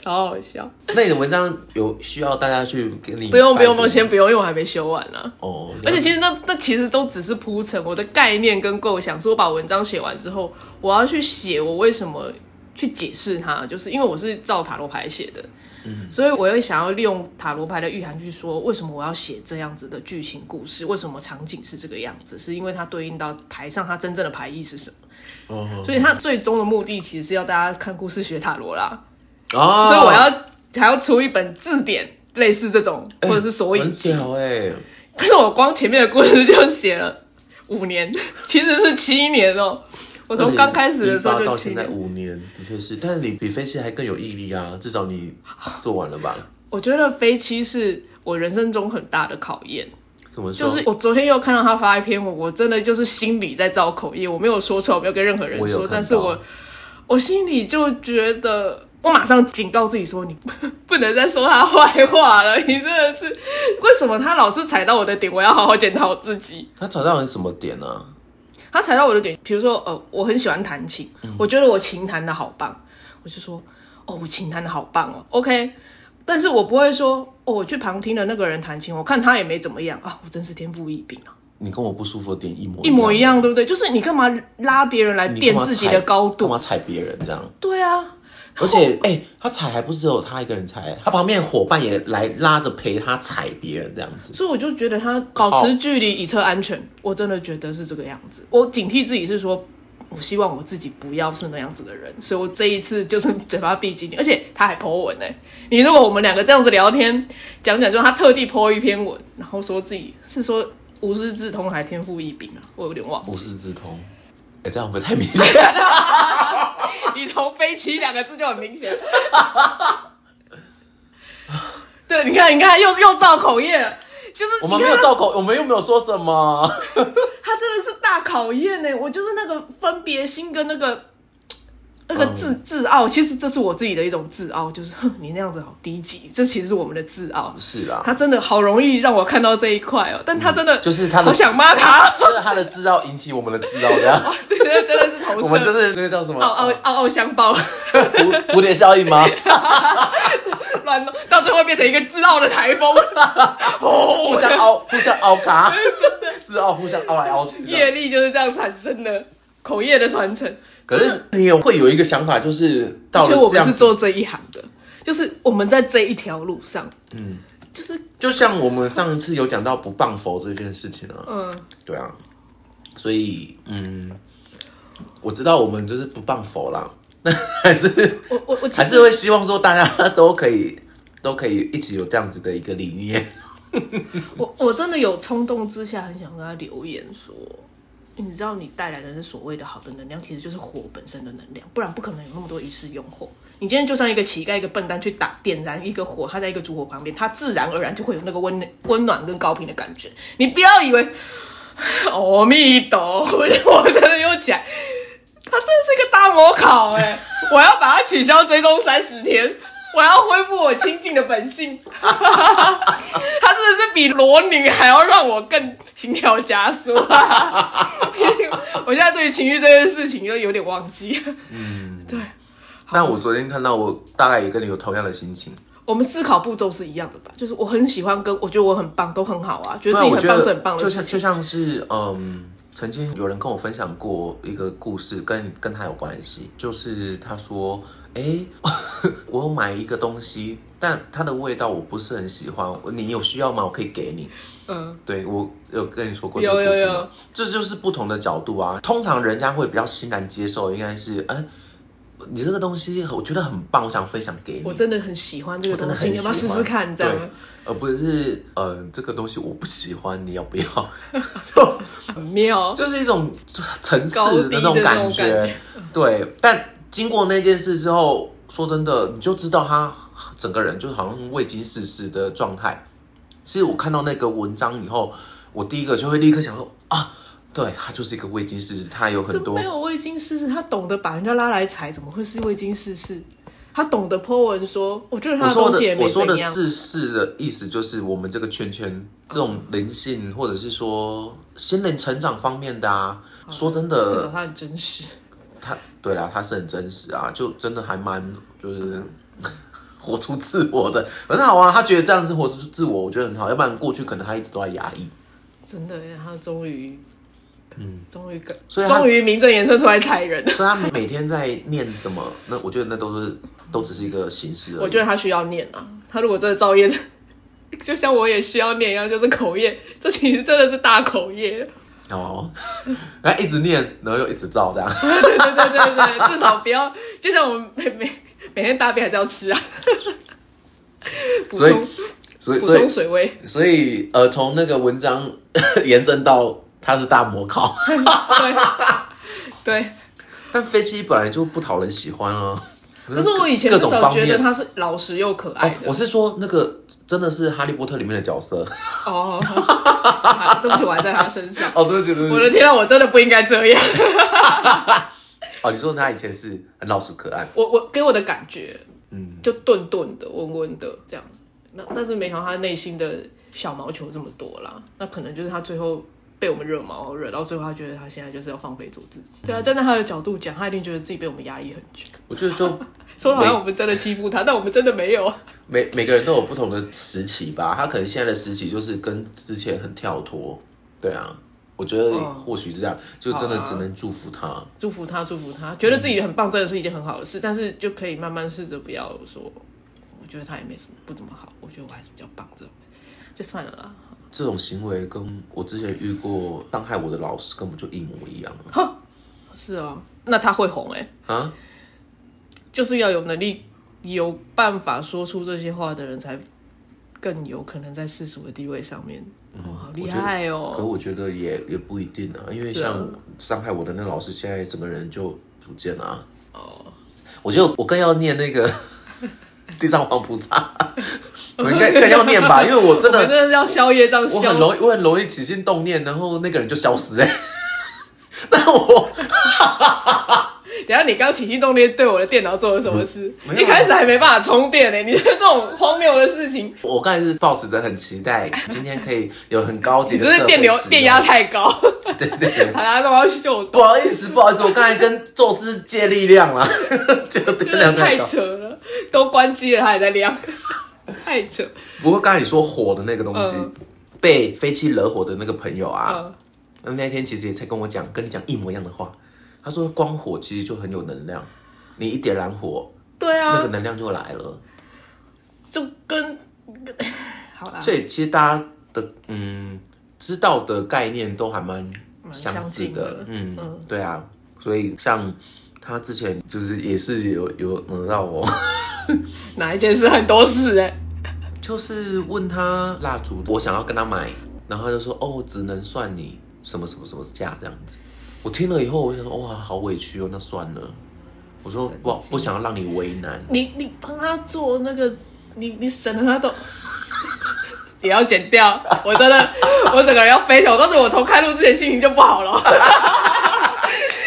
[SPEAKER 2] 超好笑。
[SPEAKER 1] 那你的文章有需要大家去给你
[SPEAKER 2] 不用不
[SPEAKER 1] 拜
[SPEAKER 2] 用
[SPEAKER 1] 读
[SPEAKER 2] 不用，先不用，因为我还没修完呢、啊。
[SPEAKER 1] 哦，
[SPEAKER 2] 而且其
[SPEAKER 1] 实
[SPEAKER 2] 实那那其实都只是铺陈，我的概念跟构想是我把文章写完之后，我要去写我为什么去解释它，就是因为我是照塔罗牌写的，
[SPEAKER 1] 嗯
[SPEAKER 2] 所以我会想要利用塔罗牌的意涵去说，为什么我要写这样子的剧情故事，为什么场景是这个样子，是因为它对应到牌上它真正的牌意是什么，
[SPEAKER 1] 哦，
[SPEAKER 2] 所以它最终的目的其实是要大家看故事学塔罗啦，
[SPEAKER 1] 哦，
[SPEAKER 2] 所以我要还要出一本字典，类似这种或者是索引
[SPEAKER 1] 哎哦很
[SPEAKER 2] 集。
[SPEAKER 1] 屌哎，
[SPEAKER 2] 可是我光前面的故事就写了五年， 其实是七年哦、我从刚开始的时候
[SPEAKER 1] 2018
[SPEAKER 2] 就
[SPEAKER 1] 到
[SPEAKER 2] 七
[SPEAKER 1] 现在
[SPEAKER 2] 年。
[SPEAKER 1] 五年，的确是，但是你比分析还更有毅力啊，至少 你做完了吧？
[SPEAKER 2] 我觉得飞七是我人生中很大的考验，
[SPEAKER 1] 怎么
[SPEAKER 2] 就
[SPEAKER 1] 说？
[SPEAKER 2] 是我昨天又看到他发一篇文，我真的就是心里在造口业，我没有说出来，我没有跟任何人
[SPEAKER 1] 我有
[SPEAKER 2] 说
[SPEAKER 1] 看，到
[SPEAKER 2] 但是我我心里就觉得，我马上警告自己说，你不 能再说他坏话了，你真的是为什么他老是踩到我的点，我要好好检讨自己。
[SPEAKER 1] 他找到你什么点呢、啊？
[SPEAKER 2] 他踩到我的点，比如说呃，我很喜欢弹琴，
[SPEAKER 1] 嗯
[SPEAKER 2] 我觉得我琴弹的好棒，我就说哦，我琴弹的好棒哦，OK。但是我不会说哦，我去旁听的那个人弹琴，我看他也没怎么样啊，我真是天赋异禀啊，
[SPEAKER 1] 你跟我不舒服的点一模
[SPEAKER 2] 一模一，样，对不对？就是你干嘛拉别人来
[SPEAKER 1] 你干
[SPEAKER 2] 垫
[SPEAKER 1] 嘛
[SPEAKER 2] 自己
[SPEAKER 1] 踩
[SPEAKER 2] 的高
[SPEAKER 1] 干嘛
[SPEAKER 2] 度？
[SPEAKER 1] 踩别人这 样？
[SPEAKER 2] 对啊，
[SPEAKER 1] 而且，哎、他踩还不是只有他一个人踩，他旁边的伙伴也来拉着陪他踩别人这样子。
[SPEAKER 2] 所以我就觉得他保持距离以测安全，我真的觉得是这个样子。我警惕自己是说，我希望我自己不要是那样子的人，所以我这一次就是嘴巴闭紧紧，而且他还 po 文哎、你如果我们两个这样子聊天讲讲，就他特地 po 一篇文，然后说自己是说无师自通还天赋异禀啊，我有点忘
[SPEAKER 1] 无
[SPEAKER 2] 记。
[SPEAKER 1] 师自通，哎、这样会不会太明显？
[SPEAKER 2] 你从“飞起”两个字就很 明显。对，你看，你看，又又造口业了，就是
[SPEAKER 1] 我
[SPEAKER 2] 你
[SPEAKER 1] 们
[SPEAKER 2] 看
[SPEAKER 1] 没有
[SPEAKER 2] 他
[SPEAKER 1] 造口，我们又没有说什么。
[SPEAKER 2] 他真的是大考验呢、我就是那个分别心跟那个那个自、
[SPEAKER 1] 嗯
[SPEAKER 2] 自傲，其实这是我自己的一种自傲，就是 哼你那样子好低级，这其实是我们的自傲。
[SPEAKER 1] 是啦，
[SPEAKER 2] 他真的好容易让我看到这一块哦，但他真的、
[SPEAKER 1] 嗯就是他的
[SPEAKER 2] 好想 骂他，
[SPEAKER 1] 就是他的自傲引起我们的自傲，这样
[SPEAKER 2] 对，真的是哦投射，
[SPEAKER 1] 我们就是那个叫什么？
[SPEAKER 2] 傲傲傲傲相报，
[SPEAKER 1] 蝴 蝴蝶效应 吗？
[SPEAKER 2] 乱弄，到最后变成一个自傲的台 风，哦，
[SPEAKER 1] 互相凹，互相凹卡，
[SPEAKER 2] 真的
[SPEAKER 1] 自傲互相凹来凹去的。
[SPEAKER 2] 业力就是这样产生的。口业的传承。
[SPEAKER 1] 可
[SPEAKER 2] 真的
[SPEAKER 1] 是你也会有一个想法，就是
[SPEAKER 2] 而
[SPEAKER 1] 到
[SPEAKER 2] 且
[SPEAKER 1] 了哦
[SPEAKER 2] 我
[SPEAKER 1] 这
[SPEAKER 2] 们
[SPEAKER 1] 样
[SPEAKER 2] 是
[SPEAKER 1] 子，
[SPEAKER 2] 做这一行的，就是我们在这一条路上，
[SPEAKER 1] 嗯，
[SPEAKER 2] 就是
[SPEAKER 1] 就像我们上次有讲到不谤佛这件事情啊，
[SPEAKER 2] 嗯，
[SPEAKER 1] 对啊，所以嗯，我知道我们就是不谤佛啦， 那还是
[SPEAKER 2] 我我我其实
[SPEAKER 1] 还是会希望说大家都可以都可以一直有这样子的一个理念，
[SPEAKER 2] 我我真的有冲动之下很想跟他留言说，你知道你带来的是所谓的好的能量，其实就是火本身的能量，不然不可能有那么多一世用火。你今天就像一个乞丐、一个笨蛋去打点燃一个火，它在一个烛火旁边，它自然而然就会有那个温温暖跟高频的感觉。你不要以为阿弥陀佛， 我真的又讲，他真的是一个大魔考哎、我要把它取消追踪三十天。我要恢复我清净的本性，他真的是比裸女还要让我更心跳加速、我现在对于情欲这件事情就有点忘记 了。
[SPEAKER 1] 嗯，
[SPEAKER 2] 对，
[SPEAKER 1] 那我昨天看到我大概也跟你有同样的心情，
[SPEAKER 2] 我们思考步骤是一样的吧？就是我很喜欢跟我觉得我很棒，都很好啊，觉得
[SPEAKER 1] 那
[SPEAKER 2] 自己
[SPEAKER 1] 我
[SPEAKER 2] 很
[SPEAKER 1] 觉
[SPEAKER 2] 棒
[SPEAKER 1] 得
[SPEAKER 2] 是很棒的
[SPEAKER 1] 就
[SPEAKER 2] 事
[SPEAKER 1] 像
[SPEAKER 2] 情。
[SPEAKER 1] 就像是嗯，曾经有人跟我分享过一个故事，跟跟他有关系，就是他说，诶， 我有买一个东西，但它的味道我不是很喜欢，你有需要吗？我可以给你。
[SPEAKER 2] 嗯，
[SPEAKER 1] 对，我有跟你说过这
[SPEAKER 2] 有
[SPEAKER 1] 个故
[SPEAKER 2] 有
[SPEAKER 1] 事吗？
[SPEAKER 2] 有
[SPEAKER 1] 这就是不同的角度啊。通常人家会比较欣然接受，应该是，哎、你这个东西我觉得很棒，我想分享给你。
[SPEAKER 2] 我真的很喜欢这个
[SPEAKER 1] 我真
[SPEAKER 2] 东
[SPEAKER 1] 的
[SPEAKER 2] 西，
[SPEAKER 1] 很
[SPEAKER 2] 你要
[SPEAKER 1] 喜
[SPEAKER 2] 不
[SPEAKER 1] 欢，
[SPEAKER 2] 要试试看？这
[SPEAKER 1] 对
[SPEAKER 2] 样，
[SPEAKER 1] 而不是呃这个东西我不喜欢，你要 不要？就
[SPEAKER 2] 很妙。
[SPEAKER 1] 就是一种层次
[SPEAKER 2] 哦高低的
[SPEAKER 1] 那种
[SPEAKER 2] 那
[SPEAKER 1] 感
[SPEAKER 2] 种感
[SPEAKER 1] 觉
[SPEAKER 2] 觉。
[SPEAKER 1] 对，但经过那件事之后，说真的，你就知道他整个人就是好像未经世事的状态。其实我看到那个文章以后，我第一个就会立刻想说啊，对他就是一个未经世事，他有
[SPEAKER 2] 怎
[SPEAKER 1] 很
[SPEAKER 2] 么
[SPEAKER 1] 多
[SPEAKER 2] 没有未经世事？他懂得把人家拉来踩，怎么会是未经世事？他懂得 po 文说，我觉得他
[SPEAKER 1] 我
[SPEAKER 2] 的
[SPEAKER 1] 说
[SPEAKER 2] 东西也
[SPEAKER 1] 的
[SPEAKER 2] 没
[SPEAKER 1] 我说的
[SPEAKER 2] 怎样。
[SPEAKER 1] 世事的意思就是我们这个圈圈这种灵性或者是说心灵成长方面的啊，
[SPEAKER 2] 好
[SPEAKER 1] 说真
[SPEAKER 2] 嗯至少
[SPEAKER 1] 的，
[SPEAKER 2] 他很真实。
[SPEAKER 1] 他对啦，他是很真实啊，就真的还蛮就是 活出自我的，很好啊。他觉得这样是活出自我，我觉得很好，要不然过去可能他一直都在压抑。
[SPEAKER 2] 真的耶，他终于
[SPEAKER 1] 嗯，
[SPEAKER 2] 终于跟，
[SPEAKER 1] 所以他
[SPEAKER 2] 终于名正言顺出来踩人。
[SPEAKER 1] 所以他每天在念什么，那我觉得那都是都只是一个形式而已。
[SPEAKER 2] 我觉得他需要念啊，他如果真的造业，就像我也需要念一样，就是口业，这其实真的是大口业。
[SPEAKER 1] 哦， 然后一直念，然后又一直照这样。
[SPEAKER 2] 对对对对对，至少不要，就像我们每每每天大便还是要吃啊，补
[SPEAKER 1] 所以
[SPEAKER 2] 充
[SPEAKER 1] 所以
[SPEAKER 2] 补
[SPEAKER 1] 所以
[SPEAKER 2] 充水位，
[SPEAKER 1] 所以呃，从那个文章 延伸到他是大魔考，
[SPEAKER 2] 对对。
[SPEAKER 1] 但飞机本来就不讨人喜欢啊。
[SPEAKER 2] 可是我以前
[SPEAKER 1] 各
[SPEAKER 2] 至
[SPEAKER 1] 种
[SPEAKER 2] 少
[SPEAKER 1] 方
[SPEAKER 2] 觉得
[SPEAKER 1] 面
[SPEAKER 2] 他是老实又可爱
[SPEAKER 1] 哦
[SPEAKER 2] 的。，
[SPEAKER 1] 我是说那个真的是哈利波特里面的角 色。
[SPEAKER 2] 哦，啊对不起，我还在他身上。
[SPEAKER 1] 哦，对不起，对不
[SPEAKER 2] 我
[SPEAKER 1] 起。
[SPEAKER 2] 的天啊，我真的不应该这样。
[SPEAKER 1] 哦，你说他以前是很老实可爱，
[SPEAKER 2] 我我给我的感觉
[SPEAKER 1] 嗯，
[SPEAKER 2] 就钝钝的、温温的这样。那但是没想到他内心的小毛球这么多啦，那可能就是他最后被我们惹毛，惹到最后他觉得他现在就是要放飞做自己。对啊，站在他的角度讲，他一定觉得自己被我们压抑很久，
[SPEAKER 1] 我觉得就
[SPEAKER 2] 说得好像
[SPEAKER 1] 每
[SPEAKER 2] 我们真的欺负他，但我们真的没有啊。
[SPEAKER 1] 每每个人都有不同的时期吧，他可能现在的时期就是跟之前很跳脱，对啊，我觉得
[SPEAKER 2] 哦
[SPEAKER 1] 或许是这样，就真的
[SPEAKER 2] 好啊
[SPEAKER 1] 只能祝福他。
[SPEAKER 2] 祝福他，祝福他，觉得自己很棒，真的是一件很好的事，但是就可以慢慢试着不要说，我觉得他也没什么不怎么好，我觉得我还是比较棒，这种就算了啦。
[SPEAKER 1] 这种行为跟我之前遇过伤害我的老师根本就一模一样啊！
[SPEAKER 2] 哼， 是哦，那他会红哎、
[SPEAKER 1] 啊，
[SPEAKER 2] 就是要有能力、有办法说出这些话的人，才更有可能在世俗的地位上面。哦，好厉害
[SPEAKER 1] 嗯我觉得可
[SPEAKER 2] 哦！
[SPEAKER 1] 我觉得也也不一定啊，因为
[SPEAKER 2] 是啊
[SPEAKER 1] 像伤害我的那个老师，现在整个人就不见了、啊。
[SPEAKER 2] 哦，
[SPEAKER 1] 我就我更要念那 个地藏王菩萨，我应该更要念 吧，因为我真
[SPEAKER 2] 我们
[SPEAKER 1] 的
[SPEAKER 2] 真的要宵夜这样
[SPEAKER 1] 我很
[SPEAKER 2] 宵，
[SPEAKER 1] 容易我很容易起心动念，然后那个人就消失哎、欸。 但我
[SPEAKER 2] 等一下你刚起心动念对我的电脑做了什么事？
[SPEAKER 1] 嗯没有啊
[SPEAKER 2] 一开始还没办法充电呢、你这种荒谬的事情，
[SPEAKER 1] 我刚才是抱持着很期待，今天可以有很高级
[SPEAKER 2] 你
[SPEAKER 1] 哦的
[SPEAKER 2] 只
[SPEAKER 1] 设
[SPEAKER 2] 是
[SPEAKER 1] 备
[SPEAKER 2] 电流
[SPEAKER 1] 使用
[SPEAKER 2] 电压太高，
[SPEAKER 1] 对对对
[SPEAKER 2] 大家都要秀
[SPEAKER 1] 不好意思，不好意思，我刚才跟宙斯借力量了， 就
[SPEAKER 2] 真
[SPEAKER 1] 电
[SPEAKER 2] 的
[SPEAKER 1] 量
[SPEAKER 2] 太
[SPEAKER 1] 高。
[SPEAKER 2] 扯了，都关机了它还 在亮，太扯。
[SPEAKER 1] 不过刚才你说火的那个东西，
[SPEAKER 2] 嗯
[SPEAKER 1] 被飞机惹火的那个朋友啊，
[SPEAKER 2] 嗯，
[SPEAKER 1] 那那天其实也才跟我讲，跟你讲一模一样的话。他说光火其实就很有能量，你一点燃火，
[SPEAKER 2] 对啊，
[SPEAKER 1] 那个能量就来了。
[SPEAKER 2] 就跟 好啦，
[SPEAKER 1] 所以其实大家的嗯知道的概念都还蛮
[SPEAKER 2] 蛮
[SPEAKER 1] 相
[SPEAKER 2] 相
[SPEAKER 1] 似
[SPEAKER 2] 近的
[SPEAKER 1] 嗯
[SPEAKER 2] 嗯
[SPEAKER 1] 对啊，所以像他之前就是也是有有惹到我，
[SPEAKER 2] 哪一件事很多事哎、
[SPEAKER 1] 就是问他蜡烛，我想要跟他买，然后他就说哦只能算你什么什么什么价这样子，我听了以后我就想说哇好委屈哦，那算了，我说
[SPEAKER 2] 神
[SPEAKER 1] 不不
[SPEAKER 2] 经
[SPEAKER 1] 想要让你为难，
[SPEAKER 2] 你你帮他做那个，你你省了他 都，也要剪掉。我真的，我整个人要飞起来。我告诉你我从开录之前心情就不好 了，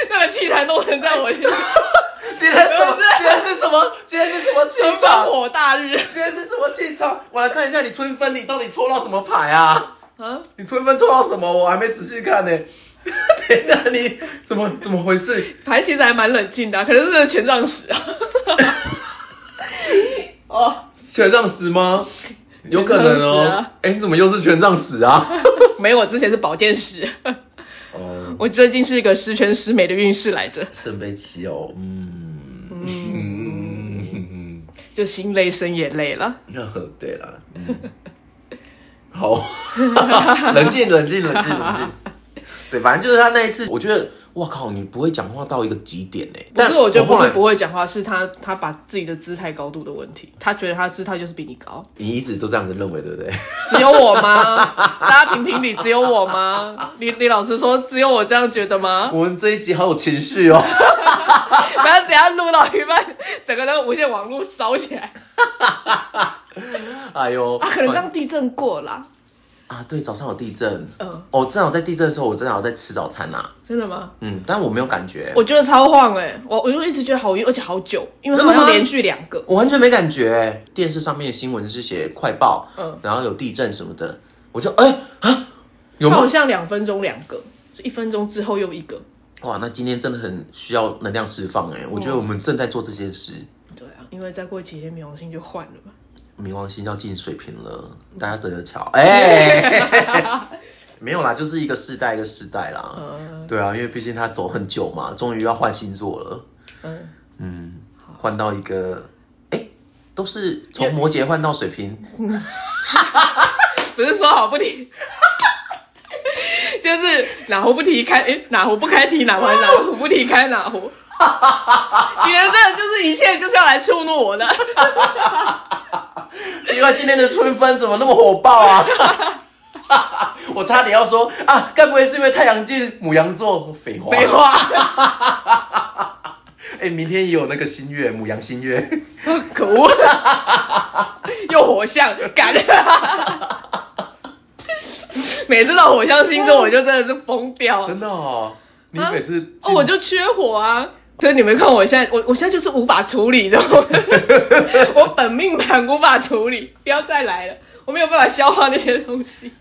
[SPEAKER 2] 那个气才弄成这样，我
[SPEAKER 1] 今天怎么
[SPEAKER 2] 不是
[SPEAKER 1] 今天是什么今天是什么气
[SPEAKER 2] 春
[SPEAKER 1] 场
[SPEAKER 2] 风？火大日
[SPEAKER 1] 今天是什么气场？我来看一下你春分，你到底抽到什么牌啊？
[SPEAKER 2] 啊！
[SPEAKER 1] 你春分抽到什么？我还没仔细看呢、 等一下，你怎么怎么回事？
[SPEAKER 2] 反正其实还蛮冷静的啊、可能是权杖十 啊。哦，
[SPEAKER 1] 权杖十吗？有可能
[SPEAKER 2] 权杖十
[SPEAKER 1] 哦
[SPEAKER 2] 啊。
[SPEAKER 1] 哎、你怎么又是权杖十啊？
[SPEAKER 2] 没有，我之前是宝剑十。
[SPEAKER 1] 哦，
[SPEAKER 2] 我最近是一个十全十美的运势来着，
[SPEAKER 1] 圣杯七哦，嗯嗯嗯
[SPEAKER 2] 就心累生眼泪了。
[SPEAKER 1] 那很 对啦， 嗯，好， 冷静冷静冷静冷静。对，反正就是他那一次，我觉得，哇靠，你不会讲话到一个极点哎、
[SPEAKER 2] 不
[SPEAKER 1] 但
[SPEAKER 2] 是，我觉得不
[SPEAKER 1] 后
[SPEAKER 2] 是
[SPEAKER 1] 来
[SPEAKER 2] 不会讲话，是他他把自己的姿态高度的问题，他觉得他姿态就是比你高。
[SPEAKER 1] 你一直都这样子认为，对不对？
[SPEAKER 2] 只有我吗？大家评评理，只有我吗？李李老师说，只有我这样觉得吗？
[SPEAKER 1] 我们这一集好有情绪 哦。
[SPEAKER 2] 不要等一下录到一半，整个那个无线网络烧起来。
[SPEAKER 1] 哎呦，
[SPEAKER 2] 啊，可能刚地震过啦。
[SPEAKER 1] 啊，对，早上有地震。
[SPEAKER 2] 嗯，
[SPEAKER 1] 哦，正好在地震的时候，我正好在吃早餐呐、
[SPEAKER 2] 真的吗？
[SPEAKER 1] 嗯，但我没有感觉，
[SPEAKER 2] 我觉得超晃哎、我我就一直觉得好晕，而且好久，因为
[SPEAKER 1] 真
[SPEAKER 2] 它
[SPEAKER 1] 的
[SPEAKER 2] 好
[SPEAKER 1] 吗
[SPEAKER 2] 像连续两个。
[SPEAKER 1] 我完全没感觉。电视上面的新闻是写快报，
[SPEAKER 2] 嗯，
[SPEAKER 1] 然后有地震什么的，我就哎啊，有
[SPEAKER 2] 它
[SPEAKER 1] 吗
[SPEAKER 2] 好？像两分钟两个，就一分钟之后又一个。
[SPEAKER 1] 哇，那今天真的很需要能量释放哎、我觉得我们正在做这件事。
[SPEAKER 2] 对啊，因为再过几天冥王星就换了嘛。
[SPEAKER 1] 冥王星要进水瓶了，大家等着瞧。哎、 没有啦，就是一个世代一个世代啦。
[SPEAKER 2] 嗯
[SPEAKER 1] 对啊，因为毕竟他走很久嘛，终于要换星座了。
[SPEAKER 2] 嗯，
[SPEAKER 1] 嗯，换到一个，哎、都是从摩羯换到水瓶，
[SPEAKER 2] 不是说好不提， 就是哪壶不提开，诶，哪壶不开提哪壶，哪壶不提开哪壶。你们这就是一切就是要来触怒我的，
[SPEAKER 1] 奇怪，今天的春分怎么那么火爆啊？ 我差点要说啊，该不会是因为太阳进母羊座？废话，
[SPEAKER 2] 废。话，
[SPEAKER 1] 哎、明天也有那个新月，母羊新月。
[SPEAKER 2] 可恶， 又火象，干，每次到火象星座我就真的是疯掉，
[SPEAKER 1] 真的哦，你
[SPEAKER 2] 啊
[SPEAKER 1] 每次
[SPEAKER 2] 哦，我就缺火啊。所以你们看我现在，我我现在就是无法处理，你知道 吗？我本命盘无法处理，不要再来了，我没有办法消化那些东西，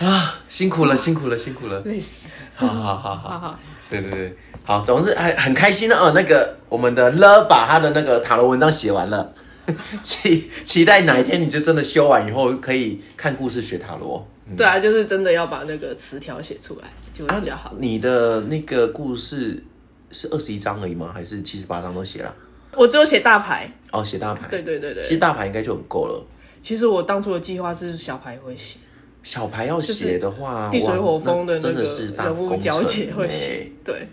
[SPEAKER 1] 啊，辛苦了，辛苦了，辛苦 了。
[SPEAKER 2] 累死。
[SPEAKER 1] 好好好好
[SPEAKER 2] 好好
[SPEAKER 1] 对对对，好，总之很很开心的哦。那个我们的了把他的那个塔罗文章写完了， 期期待哪一天你就真的修完以后可以看故事学塔罗。嗯
[SPEAKER 2] 对啊，就是真的要把那个词条写出来就会比较好。
[SPEAKER 1] 啊你的那个故事是二十一章而已吗？还是七十八章都写了？
[SPEAKER 2] 我只有写大牌，
[SPEAKER 1] 哦，写大牌。
[SPEAKER 2] 对对对
[SPEAKER 1] 其实
[SPEAKER 2] 对。
[SPEAKER 1] 大牌应该就很够了。
[SPEAKER 2] 其实我当初的计划是小牌会写，
[SPEAKER 1] 小牌要写的话，
[SPEAKER 2] 地水
[SPEAKER 1] 哇
[SPEAKER 2] 火风
[SPEAKER 1] 那
[SPEAKER 2] 那
[SPEAKER 1] 真
[SPEAKER 2] 个
[SPEAKER 1] 的是大
[SPEAKER 2] 人物
[SPEAKER 1] 工
[SPEAKER 2] 交
[SPEAKER 1] 程欸
[SPEAKER 2] 解会
[SPEAKER 1] 呢
[SPEAKER 2] 写，对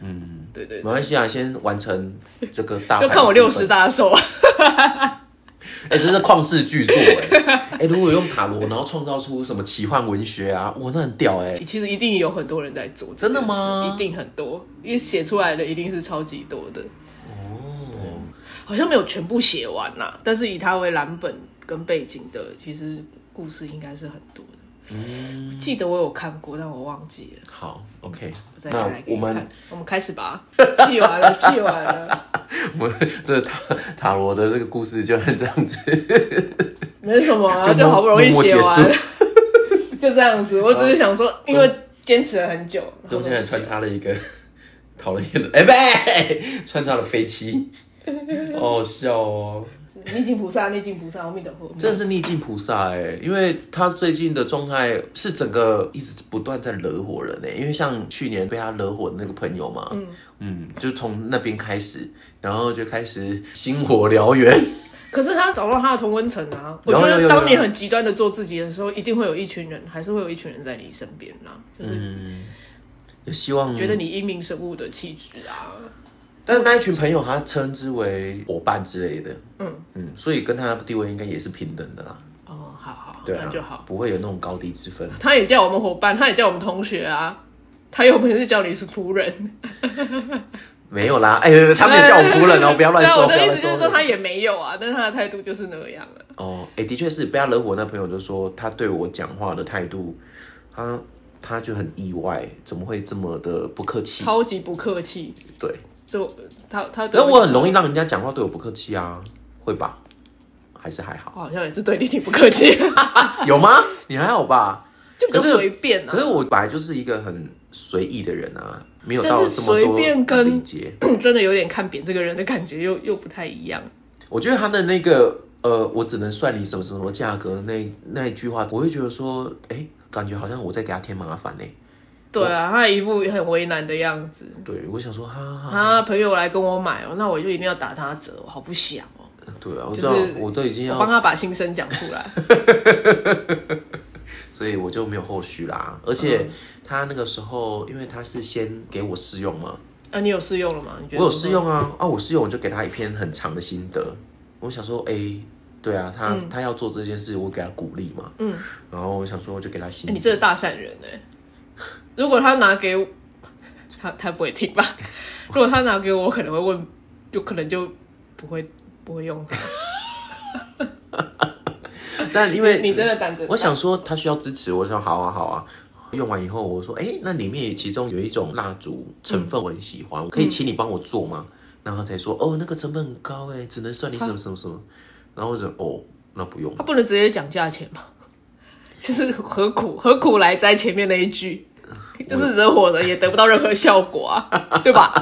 [SPEAKER 1] 嗯，
[SPEAKER 2] 对对
[SPEAKER 1] 没，关系啊，先完成这个大。
[SPEAKER 2] 就看我六十。大寿。
[SPEAKER 1] 哎、这是旷世巨作 哎、哎、如果用塔罗，然后创造出什么奇幻文学啊，哇，那很屌哎、
[SPEAKER 2] 其实一定有很多人在做，
[SPEAKER 1] 真的吗
[SPEAKER 2] 这件事一定很多，因为写出来的一定是超级多的，
[SPEAKER 1] 哦，
[SPEAKER 2] 好像没有全部写完啦，但是以它为蓝本跟背景的，其实故事应该是很多的。
[SPEAKER 1] 嗯，
[SPEAKER 2] 记得我有看过，但我忘记了。
[SPEAKER 1] 好，OK，
[SPEAKER 2] 我再
[SPEAKER 1] 那
[SPEAKER 2] 来给
[SPEAKER 1] 我
[SPEAKER 2] 你看
[SPEAKER 1] 们。
[SPEAKER 2] 我们开始吧，气完 了，气完了，
[SPEAKER 1] 我们这塔塔罗的这个故事就是这样子，
[SPEAKER 2] 没什么啊，
[SPEAKER 1] 就
[SPEAKER 2] 就好不容易
[SPEAKER 1] 默默
[SPEAKER 2] 写完
[SPEAKER 1] 结
[SPEAKER 2] 了， 就这样子。我只是想说，因为坚持了很久，然后
[SPEAKER 1] 中间
[SPEAKER 2] 就
[SPEAKER 1] 还穿插了一个 讨人厌的，哎、不，穿插了飞机，好好笑哦。
[SPEAKER 2] 是逆境菩萨，逆境菩萨，阿弥陀佛。
[SPEAKER 1] 真的是逆境菩萨哎、因为他最近的状态是整个一直不断在惹火人哎、因为像去年被他惹火的那个朋友嘛，
[SPEAKER 2] 嗯
[SPEAKER 1] 嗯，就从那边开始，然后就开始星火燎 原，
[SPEAKER 2] 可是他找到他的同温层啊，我
[SPEAKER 1] 有
[SPEAKER 2] 觉
[SPEAKER 1] 有有
[SPEAKER 2] 得
[SPEAKER 1] 有
[SPEAKER 2] 当你很极端的做自己的时候，一定会有一群人，还是会有一群人在你身边啦、就是
[SPEAKER 1] 嗯，也希望
[SPEAKER 2] 觉得你英明神武的气质啊，
[SPEAKER 1] 但那一群朋友，他称之为伙伴之类的，
[SPEAKER 2] 嗯，
[SPEAKER 1] 嗯，所以跟他的地位应该也是平等的啦，
[SPEAKER 2] 哦，好好，
[SPEAKER 1] 对啊，
[SPEAKER 2] 那就好。
[SPEAKER 1] 不会有那种高低之分。
[SPEAKER 2] 他也叫我们伙伴，他也叫我们同学啊，他又不是叫你是仆人。
[SPEAKER 1] 没有啦，哎、他们也叫我仆人哦，不要乱
[SPEAKER 2] 对啊
[SPEAKER 1] 说，
[SPEAKER 2] 我
[SPEAKER 1] 不要
[SPEAKER 2] 的意
[SPEAKER 1] 乱
[SPEAKER 2] 思就是
[SPEAKER 1] 说。
[SPEAKER 2] 说他也没有啊，但是他的态度就是那样啊。
[SPEAKER 1] 哦，哎、的确是被他惹火那朋友就说，他对我讲话的态度，他他就很意外，怎么会这么的不客气？
[SPEAKER 2] 超级不客气，
[SPEAKER 1] 对，
[SPEAKER 2] 就他他对
[SPEAKER 1] 但我很容易让人家讲话对我不客气啊，会吧？还是还 好？
[SPEAKER 2] 好像也是对你挺不客 气，
[SPEAKER 1] 有吗？你还好吧？
[SPEAKER 2] 就比较随便
[SPEAKER 1] 可是
[SPEAKER 2] 啊。
[SPEAKER 1] 我本来就是一个很随意的人啊，没有到
[SPEAKER 2] 但是
[SPEAKER 1] 这么
[SPEAKER 2] 随
[SPEAKER 1] 多
[SPEAKER 2] 便
[SPEAKER 1] 的礼
[SPEAKER 2] 跟
[SPEAKER 1] 节。
[SPEAKER 2] 真的有点看扁这个人的感觉又又不太一样。
[SPEAKER 1] 我觉得他的那个呃，我只能算你什么什么价格那那一句话，我会觉得说，哎，感觉好像我在给他添麻烦呢、
[SPEAKER 2] 对啊，他一副很为难的样子。
[SPEAKER 1] 对，我想说，哈哈哈。
[SPEAKER 2] 他朋友来跟我买哦，那我就一定要打他折，我好不想哦。
[SPEAKER 1] 对啊，我知
[SPEAKER 2] 就是
[SPEAKER 1] 道，我都已经
[SPEAKER 2] 我帮
[SPEAKER 1] 要，
[SPEAKER 2] 他把心声讲出 来。
[SPEAKER 1] 所以我就没有后续啦。而且
[SPEAKER 2] 嗯
[SPEAKER 1] 他那个时候，因为他是先给我试用嘛，
[SPEAKER 2] 啊，你有试用了吗？你觉得
[SPEAKER 1] 我有试用啊，啊，我试用我就给他一篇很长的心得。我想说，哎、对啊，他、
[SPEAKER 2] 嗯
[SPEAKER 1] 他要做这件事，我给他鼓励嘛。
[SPEAKER 2] 嗯，
[SPEAKER 1] 然后我想说，我就给他
[SPEAKER 2] 欸
[SPEAKER 1] 心得。
[SPEAKER 2] 你真的大善人哎、如果他拿给我，他他不会 听吧？如果他拿给我，我可能会问，就可能就不会不会用它。
[SPEAKER 1] 但因为
[SPEAKER 2] 你你真的胆子大
[SPEAKER 1] 我想说他需要支持，我说好啊好啊。用完以后我说，哎、那里面其中有一种蜡烛成分我很喜
[SPEAKER 2] 嗯
[SPEAKER 1] 欢，可以请你帮我做吗？然后他才说，哦，那个成本很高哎，只能算你什么什么什么。然后我就哦，那不用
[SPEAKER 2] 他。不能直接讲价钱吗？ 就是何苦何苦来摘前面那一句，就是惹火人也得不到任何效 果啊，对吧？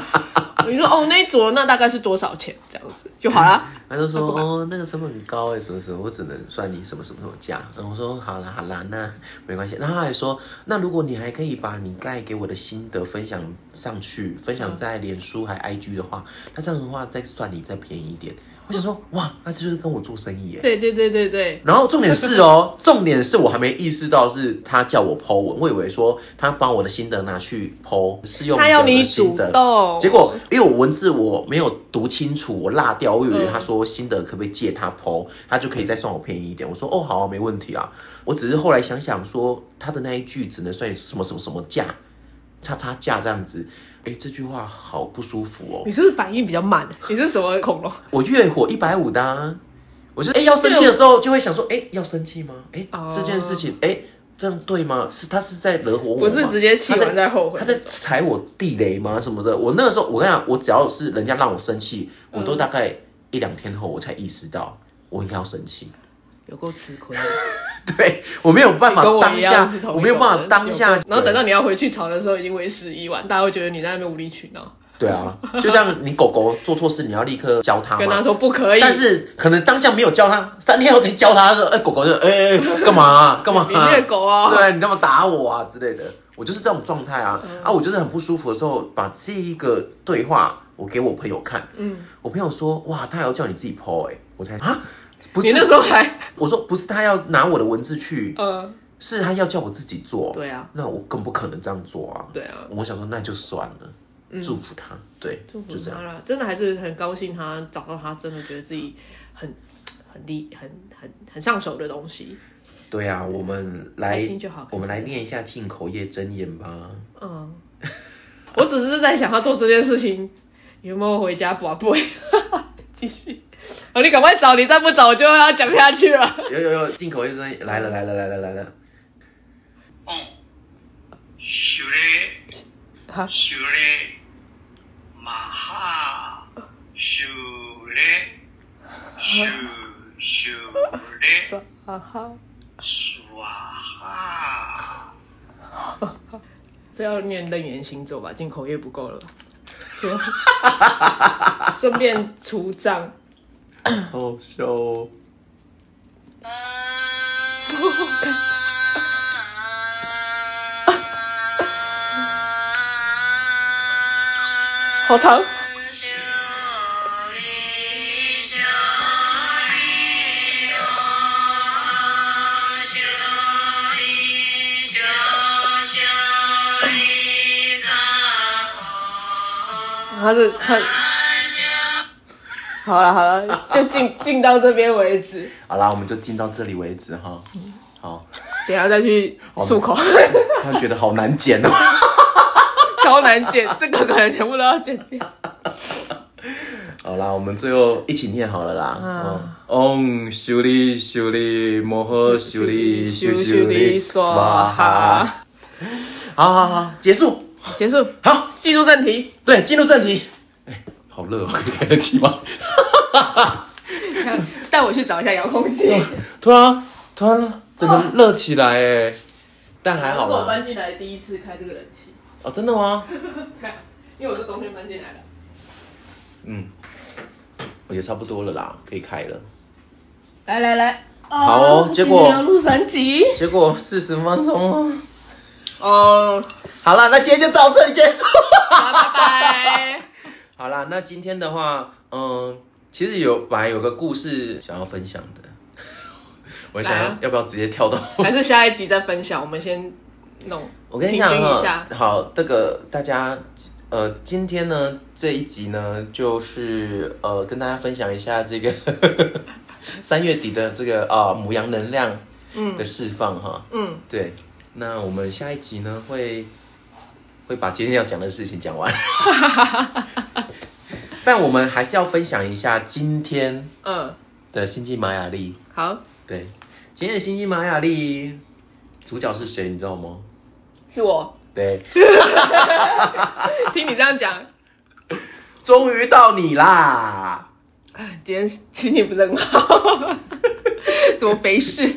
[SPEAKER 2] 你说哦那一桌那大概是多少钱这样子就 好啦。
[SPEAKER 1] 他就说，哦，那个成本很高哎，什么什么，我只能算你什么什么什么价。然后我说，好啦好啦，那没关系。然后他还说，那如果你还可以把你刚才给我的心得分享上去，分享在脸书还 IG 的话，那这样的话再算你再便宜一点。我想说，哇，那这就是跟我做生意耶。欸
[SPEAKER 2] 对对对对对，
[SPEAKER 1] 然后重点是 哦，重点是我还没意识到是他叫我 Po 文，我以为说他把我的心得拿去 Po 试用
[SPEAKER 2] 他要
[SPEAKER 1] 者的
[SPEAKER 2] 你
[SPEAKER 1] 心得
[SPEAKER 2] 主动
[SPEAKER 1] 结果因为我文字我没有读清楚，我落掉，我以为他说心得可不可以借他 Po，、他就可以再算我便宜一点。我说哦好啊，没问题啊。我只是后来想想说他的那一句只能算什么什么什么价，叉叉价这样子，哎这句话好不舒服哦
[SPEAKER 2] 你。是不是反应比 较慢？你是什么恐龙？
[SPEAKER 1] 我月火一百五的、啊，我就哎、要生气的时候就会想说，哎、要生气吗？哎、
[SPEAKER 2] 哦
[SPEAKER 1] 这件事情，哎、这样对吗？是他是在惹火我吗？
[SPEAKER 2] 不是直接气完
[SPEAKER 1] 他在
[SPEAKER 2] 再后悔
[SPEAKER 1] 他在
[SPEAKER 2] 那种
[SPEAKER 1] 踩我地雷吗？什么的？我那个时候，我跟你讲，我只要是人家让我生气，
[SPEAKER 2] 嗯
[SPEAKER 1] 我都大概一两天后我才意识到我应该要生气。
[SPEAKER 2] 有够吃亏的。
[SPEAKER 1] 对我没有办法
[SPEAKER 2] 跟我
[SPEAKER 1] 当
[SPEAKER 2] 一
[SPEAKER 1] 下
[SPEAKER 2] 样是，同一种人
[SPEAKER 1] 我没有办法当下，
[SPEAKER 2] 然后等到
[SPEAKER 1] 对
[SPEAKER 2] 你要回去吵的时候，已经为时已晚，大家会觉得你在那边无理取闹，
[SPEAKER 1] 对啊，就像你狗狗做错事，你要立刻教啊它嘛，
[SPEAKER 2] 跟他说不可以，
[SPEAKER 1] 但是可能当下没有教他，三天后才教他的时候，哎、狗狗就哎 哎哎干嘛啊干嘛、啊？
[SPEAKER 2] 你虐狗啊
[SPEAKER 1] 对你干嘛打我啊之类的，我就是这种状态啊、
[SPEAKER 2] 嗯
[SPEAKER 1] 啊，我就是很不舒服的时候，把这一个对话我给我朋友看，
[SPEAKER 2] 嗯，
[SPEAKER 1] 我朋友说哇，他还要叫你自己 PO 哎、我才啊，不
[SPEAKER 2] 你
[SPEAKER 1] 是
[SPEAKER 2] 那时候还，
[SPEAKER 1] 我说不是他要拿我的文字去，
[SPEAKER 2] 呃，
[SPEAKER 1] 是他要叫我自己做，
[SPEAKER 2] 对啊，
[SPEAKER 1] 那我更不可能这样做啊，
[SPEAKER 2] 对啊
[SPEAKER 1] 我想说那就算了，
[SPEAKER 2] 嗯
[SPEAKER 1] 祝福他，对，
[SPEAKER 2] 祝福
[SPEAKER 1] 就这
[SPEAKER 2] 他
[SPEAKER 1] 样，
[SPEAKER 2] 啦，真的还是很高兴他找到他，真的觉得自己很很厉很很很上手的东西，
[SPEAKER 1] 对啊，我们来，
[SPEAKER 2] 开心就好
[SPEAKER 1] 我们来念一下进口业真言吧。
[SPEAKER 2] 嗯，我只是在想他做这件事情有没有回家宝贝，继续，哦，你赶快找，你再不找我就要讲下去了，
[SPEAKER 1] 有有有，进口业真言来了来了来了来 了，
[SPEAKER 3] 本修嘞
[SPEAKER 2] 好，
[SPEAKER 3] 修嘞，马哈修嘞修修嘞，
[SPEAKER 2] 好好。
[SPEAKER 3] 刷哈
[SPEAKER 2] 这要念楞严星座吧，进 口业不够了吧？顺便除障，
[SPEAKER 1] 好笑哦。
[SPEAKER 2] 好长。他是他，好了好 了，就进进到这边为止，
[SPEAKER 1] 好啦，我们就进到这里为止哈。
[SPEAKER 2] 嗯
[SPEAKER 1] 好，
[SPEAKER 2] 等一下再去
[SPEAKER 1] 好
[SPEAKER 2] 漱口，
[SPEAKER 1] 突然觉得好难剪哦。
[SPEAKER 2] 超难 剪，这个可能全部都要剪掉。
[SPEAKER 1] 好啦，我们最后一起念好了啦
[SPEAKER 2] 啊。
[SPEAKER 1] 嗯，嗡修利修利摩诃修利修修利
[SPEAKER 2] 修修利
[SPEAKER 1] 刷
[SPEAKER 2] 刷
[SPEAKER 1] 哈
[SPEAKER 2] 哈。
[SPEAKER 1] 好好好，结束。
[SPEAKER 2] 结束，
[SPEAKER 1] 好，
[SPEAKER 2] 进入 正题，
[SPEAKER 1] 对，进入正题。哎，好热哦， 可以开冷气吗？
[SPEAKER 2] 带我去找一下遥控器。
[SPEAKER 1] 突然突然整个热起来哎，但还好
[SPEAKER 2] 这是我
[SPEAKER 1] 啦
[SPEAKER 2] 搬。进来第一次开这个冷气，
[SPEAKER 1] 哦，真的吗？
[SPEAKER 2] 因为我是冬天搬进来的。
[SPEAKER 1] 嗯，我觉得差不多了啦，可以开了。
[SPEAKER 2] 来来来，
[SPEAKER 1] 好哦结果
[SPEAKER 2] 今天要录三集
[SPEAKER 1] 结果四十分钟哦。
[SPEAKER 2] 哦，
[SPEAKER 1] 好了，那今天就到这里结束。
[SPEAKER 2] 好拜拜。
[SPEAKER 1] 好啦，那今天的话，嗯，其实有本来有个故事想要分享的， 我想
[SPEAKER 2] 来
[SPEAKER 1] 要
[SPEAKER 2] 啊
[SPEAKER 1] 要不要直接跳到？
[SPEAKER 2] 还是下一集再分享，我们先弄，
[SPEAKER 1] 我跟你讲
[SPEAKER 2] 平均一
[SPEAKER 1] 哈
[SPEAKER 2] 下，，
[SPEAKER 1] 好，这个大家呃，今天呢这一集呢，就是呃跟大家分享一下这个 三月底的这个啊、母羊能量
[SPEAKER 2] 嗯
[SPEAKER 1] 的释放哈，
[SPEAKER 2] 嗯，
[SPEAKER 1] 对，那我们下一集呢会会把今天要讲的事情讲完。 但我们还是要分享一下今天
[SPEAKER 2] 嗯，
[SPEAKER 1] 的星际玛雅历。
[SPEAKER 2] 好，
[SPEAKER 1] 对，今天的星际玛雅历主角是谁，你知道吗？
[SPEAKER 2] 是我，
[SPEAKER 1] 对，
[SPEAKER 2] 听你这样讲，
[SPEAKER 1] 终于到你啦！
[SPEAKER 2] 哎今天心情不是很好， 怎么回事？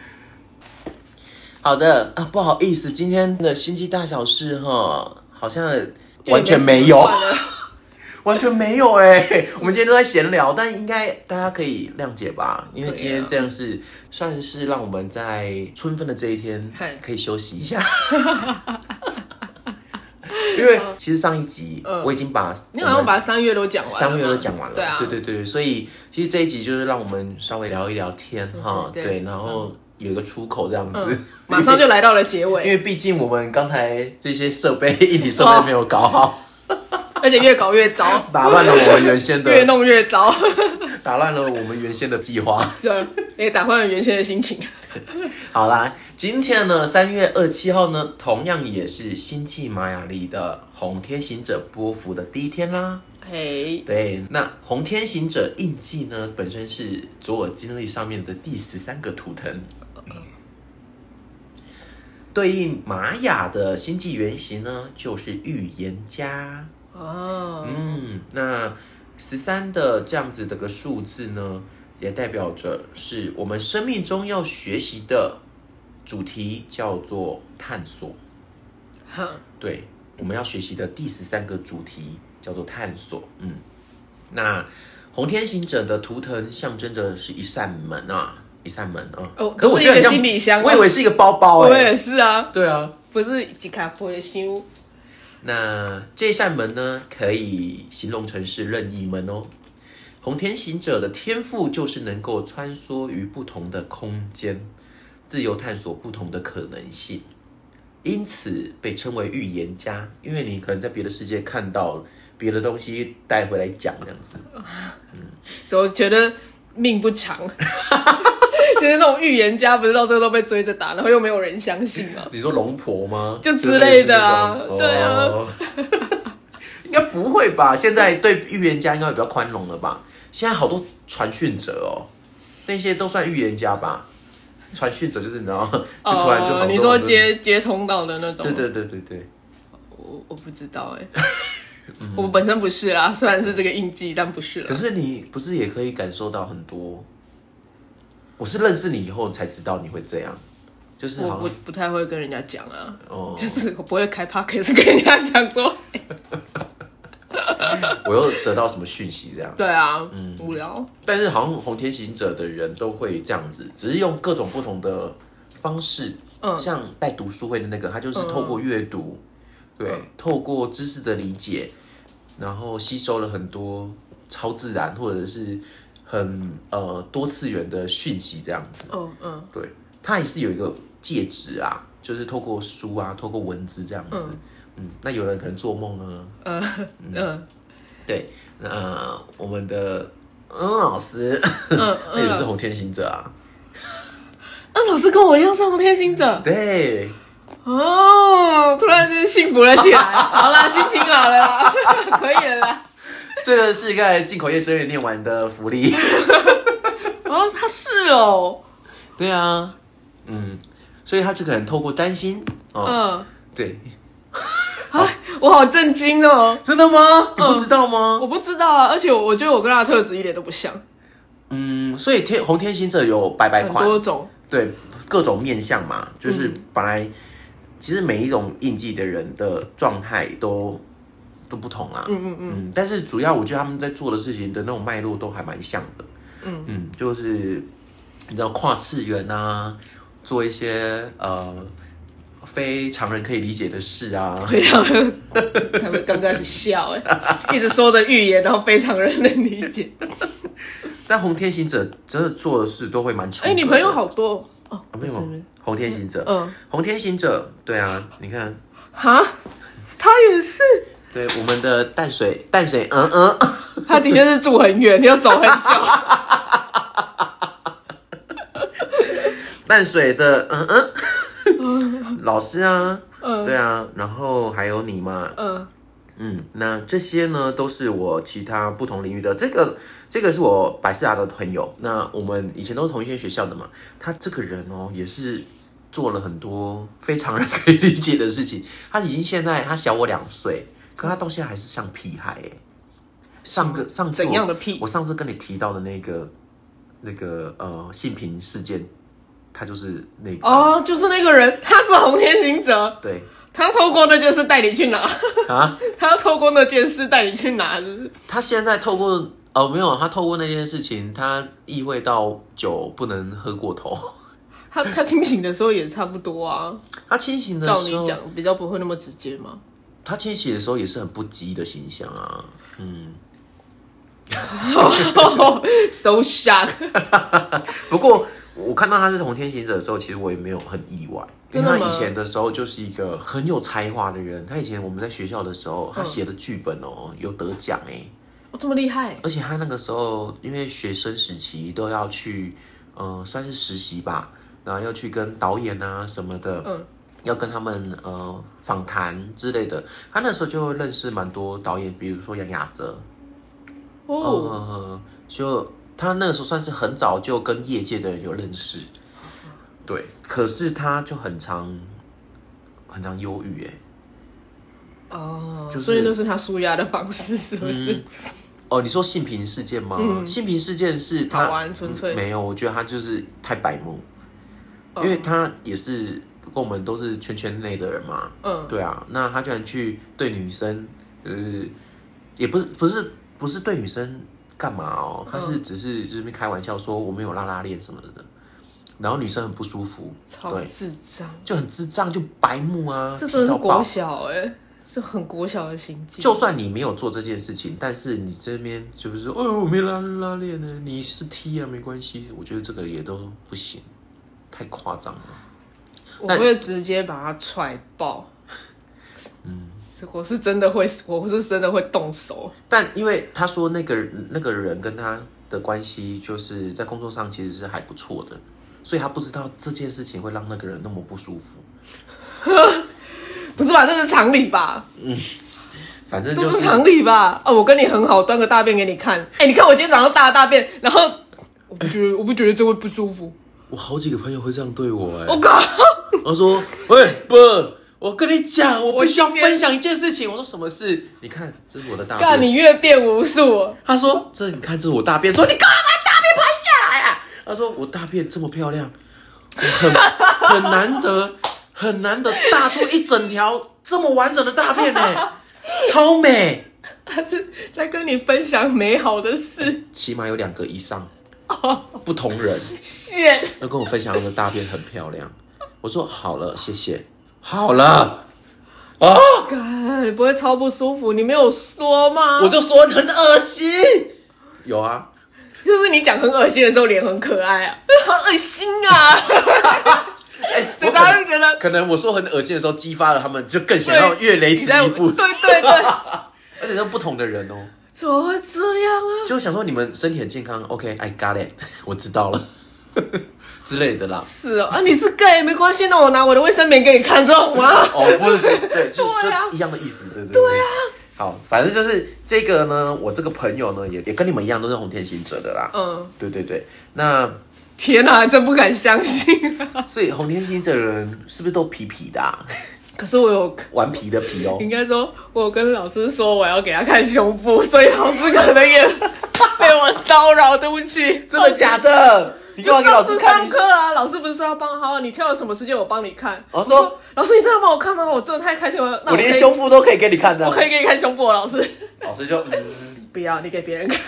[SPEAKER 1] 好的啊，不好意思，今天的星际大小事哈，好像
[SPEAKER 2] 就也
[SPEAKER 1] 完全没
[SPEAKER 2] 没
[SPEAKER 1] 有
[SPEAKER 2] 什么算了，
[SPEAKER 1] 完全没有哎、我们今天都在闲聊，但应该大家可以谅解吧，因为
[SPEAKER 2] 对啊
[SPEAKER 1] 今天这样是、算是让我们在春分的这一天
[SPEAKER 2] 嗨
[SPEAKER 1] 可以休息一下。 因为
[SPEAKER 2] 嗯
[SPEAKER 1] 其实上一集
[SPEAKER 2] 嗯
[SPEAKER 1] 我已经把
[SPEAKER 2] 你好像把三月都讲完了嘛，
[SPEAKER 1] 三月都讲完了，
[SPEAKER 2] 对啊，
[SPEAKER 1] 对对对对，所以其实这一集就是让我们稍微聊一聊天哈，
[SPEAKER 2] 嗯对对
[SPEAKER 1] 对，
[SPEAKER 2] 对
[SPEAKER 1] 然后有一个出口这样子，
[SPEAKER 2] 嗯， 马上就来到了 结
[SPEAKER 1] 因为
[SPEAKER 2] 尾，
[SPEAKER 1] 毕竟我们刚才这些设备硬体设备没有搞 好，
[SPEAKER 2] 而且越搞越糟，
[SPEAKER 1] 打乱了我们原先的，
[SPEAKER 2] 越弄越糟，
[SPEAKER 1] 打乱了我们原先的计划。
[SPEAKER 2] 对，也打坏了原先的 心情。
[SPEAKER 1] 好啦，今天呢，三月二七号呢，同样也是星际玛雅历的红天行者波幅的第一天啦。
[SPEAKER 2] 嘿，
[SPEAKER 1] 对，那红天行者印记呢，本身是左耳经历上面的第十三个图腾，对应玛雅的星际原型呢，就是预言家。
[SPEAKER 2] 哦，
[SPEAKER 1] 嗯，那十三的这样子的个数字呢，也代表着是我们生命中要学习的主题，叫做探索。
[SPEAKER 2] 哼，
[SPEAKER 1] 对，我们要学习的第十三个主题叫做探索。嗯，那红天行者的图腾象征着是一扇门啊，一扇门啊。
[SPEAKER 2] 哦
[SPEAKER 1] 可是我
[SPEAKER 2] 不是
[SPEAKER 1] 觉得
[SPEAKER 2] 一个
[SPEAKER 1] 很像
[SPEAKER 2] 行李箱吗
[SPEAKER 1] 我以为是一个包包
[SPEAKER 2] 我
[SPEAKER 1] 哎、
[SPEAKER 2] 也是啊，
[SPEAKER 1] 对啊，
[SPEAKER 2] 不是吉卡普的修，
[SPEAKER 1] 那这扇门呢，可以形容成是任意门哦。红天行者的天赋就是能够穿梭于不同的空间，自由探索不同的可能性，因此被称为预言家。因为你可能在别的世界看到别的东西带回来讲这样子。
[SPEAKER 2] 怎么觉得命不 长？就是那种预言家，不是到最后都被追着打，然后又没有人相信嘛？
[SPEAKER 1] 你说龙婆吗？
[SPEAKER 2] 就之类的啊
[SPEAKER 1] 就类似这种
[SPEAKER 2] 对啊
[SPEAKER 1] 哦应该不会吧？现在对预言家应该会比较宽容了吧？现在好多传讯者哦，那些都算预言家吧？传讯者就是你知道，就突然就好多、
[SPEAKER 2] 哦，你说接接通道的那种？
[SPEAKER 1] 对对，对对对，嗯
[SPEAKER 2] 我我不知道 哎、我本身不是啦，虽然是这个印记，但不是
[SPEAKER 1] 可
[SPEAKER 2] 啦。
[SPEAKER 1] 是你不是也可以感受到很多？我是认识你以后才知道你会这样，就是
[SPEAKER 2] 我
[SPEAKER 1] 好
[SPEAKER 2] 不
[SPEAKER 1] 像
[SPEAKER 2] 不太会跟人家讲啊，
[SPEAKER 1] 哦嗯
[SPEAKER 2] 就是我不会开 p o d c a s t 跟人家讲说，
[SPEAKER 1] 我又得到什么讯息这 样。
[SPEAKER 2] 对啊，
[SPEAKER 1] 嗯
[SPEAKER 2] 无聊。
[SPEAKER 1] 但是好像红天行者的人都会这样子，只是用各种不同的方式，
[SPEAKER 2] 嗯
[SPEAKER 1] 像带读书会的那个，他就是透过阅读，对，
[SPEAKER 2] 嗯
[SPEAKER 1] 透过知识的理解，然后吸收了很多超自然或者是很呃多次元的讯息这样子，
[SPEAKER 2] 嗯嗯
[SPEAKER 1] 对，它也是有一个介质啊，就是透过书啊，透过文字这样子，
[SPEAKER 2] 嗯
[SPEAKER 1] 嗯那有人可能做梦啊，
[SPEAKER 2] 嗯嗯
[SPEAKER 1] 对，那、我们的恩老师，
[SPEAKER 2] 嗯
[SPEAKER 1] 那也是红天行者啊，
[SPEAKER 2] 嗯，老师跟我一样是红天行者。
[SPEAKER 1] 对，
[SPEAKER 2] 哦，突然间幸福了 起来。好啦，心情好了啦，可以了啦。
[SPEAKER 1] 这个是刚才进口业真人念完的福 利，
[SPEAKER 2] 哦，他是哦，
[SPEAKER 1] 对啊，嗯，所以他就可能透过占星，哦，
[SPEAKER 2] 嗯，
[SPEAKER 1] 对，
[SPEAKER 2] 哎，我好震惊哦。
[SPEAKER 1] 真的吗？你不知道吗？
[SPEAKER 2] 我不知道啊，而且我我觉得我跟他的特质一点都不像，
[SPEAKER 1] 嗯，所以天红天行者有百百
[SPEAKER 2] 很
[SPEAKER 1] 款，
[SPEAKER 2] 多种。
[SPEAKER 1] 对各种面相嘛，就是
[SPEAKER 2] 嗯
[SPEAKER 1] 本来、其实每一种印记的人的状态都都不同啊。
[SPEAKER 2] 嗯嗯嗯
[SPEAKER 1] 但是主要我觉得他们在做的事情的那种脉络都还蛮像的。
[SPEAKER 2] 嗯
[SPEAKER 1] 嗯，就是你知道跨次元啊，做一些呃非常人可以理解的事啊。
[SPEAKER 2] 对啊，他们刚开始笑哎、一直说着预言，然后非常人能理 解。
[SPEAKER 1] 但红天行者真的做的事都会蛮出
[SPEAKER 2] 哎、
[SPEAKER 1] 格的。
[SPEAKER 2] 你朋友好多哦，
[SPEAKER 1] 啊，
[SPEAKER 2] 哦
[SPEAKER 1] 没
[SPEAKER 2] 不
[SPEAKER 1] 有
[SPEAKER 2] 是
[SPEAKER 1] 红天行者，
[SPEAKER 2] 嗯
[SPEAKER 1] 红天行者，对啊，你看。
[SPEAKER 2] 哈，他也是，
[SPEAKER 1] 对，我们的淡水淡水，嗯嗯，
[SPEAKER 2] 他的确是住很远，要走很久。
[SPEAKER 1] 淡水的嗯嗯，老师啊，
[SPEAKER 2] 嗯
[SPEAKER 1] 对啊，然后还有你嘛，
[SPEAKER 2] 嗯
[SPEAKER 1] 嗯，那这些呢都是我其他不同领域的，这个这个是我百事达的朋友，那我们以前都是同一间学校的嘛，他这个人哦也是做了很多非常人可以理解的事情，他已经现在他小我两岁，可他到现在还是像屁孩哎、上个上次我
[SPEAKER 2] 怎样的屁
[SPEAKER 1] 我上次跟你提到的那个那个呃性平事件，他就是那个
[SPEAKER 2] 哦，就是那个人，他是红天行者，
[SPEAKER 1] 对
[SPEAKER 2] 他透过那件事带你去哪？
[SPEAKER 1] 啊，
[SPEAKER 2] 他透过那件事带你去哪？就是
[SPEAKER 1] 他现在透过哦没有，他透过那件事情，他意会到酒不能喝过头。
[SPEAKER 2] 他他清醒的时候也差不多啊，
[SPEAKER 1] 他清醒的
[SPEAKER 2] 照
[SPEAKER 1] 时
[SPEAKER 2] 你
[SPEAKER 1] 候，
[SPEAKER 2] 讲比较不会那么直接嘛。
[SPEAKER 1] 他清醒的时候也是很不羁的形象啊，嗯。
[SPEAKER 2] so shock，
[SPEAKER 1] 不过我看到他是红天行者的时候，其实我也没有很意外，因为
[SPEAKER 2] 真
[SPEAKER 1] 他
[SPEAKER 2] 的吗
[SPEAKER 1] 以前的时候就是一个很有才华的人。他以前我们在学校的时候，他
[SPEAKER 2] 嗯
[SPEAKER 1] 写的剧本哦有得奖哎、
[SPEAKER 2] 哦，这么厉害
[SPEAKER 1] 而且他那个时候，因为学生时期都要去，呃，算是实习吧，然后要去跟导演啊什么的，
[SPEAKER 2] 嗯，
[SPEAKER 1] 要跟他们呃访谈之类的。他那时候就认识蛮多导演，比如说杨雅哲，
[SPEAKER 2] 哦，
[SPEAKER 1] 呃，就他那个时候算是很早就跟业界的人有认识，对。可是他就很常，很常忧郁哎、
[SPEAKER 2] 哦，
[SPEAKER 1] 就是
[SPEAKER 2] 所以那是他舒压的方式，是不是？
[SPEAKER 1] 嗯哦，你说性平事件吗？
[SPEAKER 2] 嗯
[SPEAKER 1] 性平事件是他
[SPEAKER 2] 好玩纯粹
[SPEAKER 1] 嗯没有，我觉得他就是太白目，
[SPEAKER 2] 哦
[SPEAKER 1] 因为他也是跟我们都是圈圈内的人嘛。
[SPEAKER 2] 嗯
[SPEAKER 1] 对啊，那他居然去对女生，呃，也不是不是不是对女生干嘛哦，他是
[SPEAKER 2] 嗯
[SPEAKER 1] 只是就是开玩笑说我们有拉拉链什么的，然后女生很不舒服，
[SPEAKER 2] 超
[SPEAKER 1] 对，
[SPEAKER 2] 智障，
[SPEAKER 1] 就很智障，就白目啊，
[SPEAKER 2] 这
[SPEAKER 1] 皮
[SPEAKER 2] 真的
[SPEAKER 1] 到
[SPEAKER 2] 是国
[SPEAKER 1] 爆
[SPEAKER 2] 小哎、这很国小的行径。
[SPEAKER 1] 就算你没有做这件事情，但是你这边就是说，哦，我没拉拉链呢，你是 T 啊，没关系。我觉得这个也都不行，太夸张了。
[SPEAKER 2] 我
[SPEAKER 1] 但
[SPEAKER 2] 会直接把他踹爆，
[SPEAKER 1] 嗯，
[SPEAKER 2] 我是真的会，我是真的会动手。
[SPEAKER 1] 但因为他说那个那个人跟他的关系，就是在工作上其实是还不错的，所以他不知道这件事情会让那个人那么不舒服。
[SPEAKER 2] 不是吧？这是常理吧？
[SPEAKER 1] 嗯，反正就
[SPEAKER 2] 这
[SPEAKER 1] 是
[SPEAKER 2] 是常理吧？哦，我跟你很好，端个大便给你看。哎，你看我今天早上大大便，然后我不觉得，我不觉得这会不舒服。
[SPEAKER 1] 我好几个朋友会这样对我哎、
[SPEAKER 2] 我靠！
[SPEAKER 1] 他说：“喂，不，我跟你讲，我必须要
[SPEAKER 2] 我今天
[SPEAKER 1] 分享一件事情。”我说：“什么事？你看，这是我的大
[SPEAKER 2] 干你
[SPEAKER 1] 便。
[SPEAKER 2] 越变无数”，
[SPEAKER 1] 他说：“这你看，这是我大便。”说：“你干嘛把大便拍下来啊？”他说：“我大便这么漂亮，我很很难得，很难得大出一整条这么完整的大便呢、超美。”
[SPEAKER 2] 他是在跟你分享美好的事。
[SPEAKER 1] 起码有两个以上
[SPEAKER 2] 哦，
[SPEAKER 1] 不同人，
[SPEAKER 2] 远
[SPEAKER 1] 那跟我分享他的大便很漂亮。我说好了，谢谢，好了，啊，
[SPEAKER 2] 干不会超不舒服？你没有说吗？
[SPEAKER 1] 我就说很恶心。有啊，
[SPEAKER 2] 就是你讲很恶心的时候，脸很可爱啊， 好恶心啊！
[SPEAKER 1] 哎
[SPEAKER 2] 所以
[SPEAKER 1] 我
[SPEAKER 2] 大家
[SPEAKER 1] 可能
[SPEAKER 2] 就觉得
[SPEAKER 1] 可能我说很恶心的时候，激发了他们，就更想要越雷池一步。
[SPEAKER 2] 你在对对对
[SPEAKER 1] 而且都不同的人哦，
[SPEAKER 2] 怎么会这样啊？
[SPEAKER 1] 就想说你们身体很健康，OK，I、got it，我知道了 之类的啦。
[SPEAKER 2] 是哦，啊，你是 gay 没关系，那我拿我的卫生棉给你看，这种吗？
[SPEAKER 1] 哦，不是，对，就
[SPEAKER 2] 对啊
[SPEAKER 1] 就一样的意思，对对对。对啊。好，反正就是这个呢，我这个朋友呢，也也跟你们一样，都是红天行者的啦。
[SPEAKER 2] 嗯，
[SPEAKER 1] 对对对，那
[SPEAKER 2] 天哪、真不敢相信、啊。
[SPEAKER 1] 所以红天行者人是不是都皮皮的、啊？
[SPEAKER 2] 可是我有，
[SPEAKER 1] 顽皮的皮哦。
[SPEAKER 2] 应该说，我有跟老师说我要给他看胸部，所以老师可能也被我骚扰，对不起。哦
[SPEAKER 1] 真的假的？你干嘛给老师看？
[SPEAKER 2] 就上次上课啊，老师不是说要帮好，你挑了什么时间我帮你看。
[SPEAKER 1] 我
[SPEAKER 2] 我
[SPEAKER 1] 哦说
[SPEAKER 2] 说老师，你真的帮我看吗？我真的太开心了。那
[SPEAKER 1] 我
[SPEAKER 2] 可以
[SPEAKER 1] 连胸部都可以给你看的。
[SPEAKER 2] 我可以给你看胸部哦，老师。
[SPEAKER 1] 老师 就嗯，
[SPEAKER 2] 不要，你给 别人看。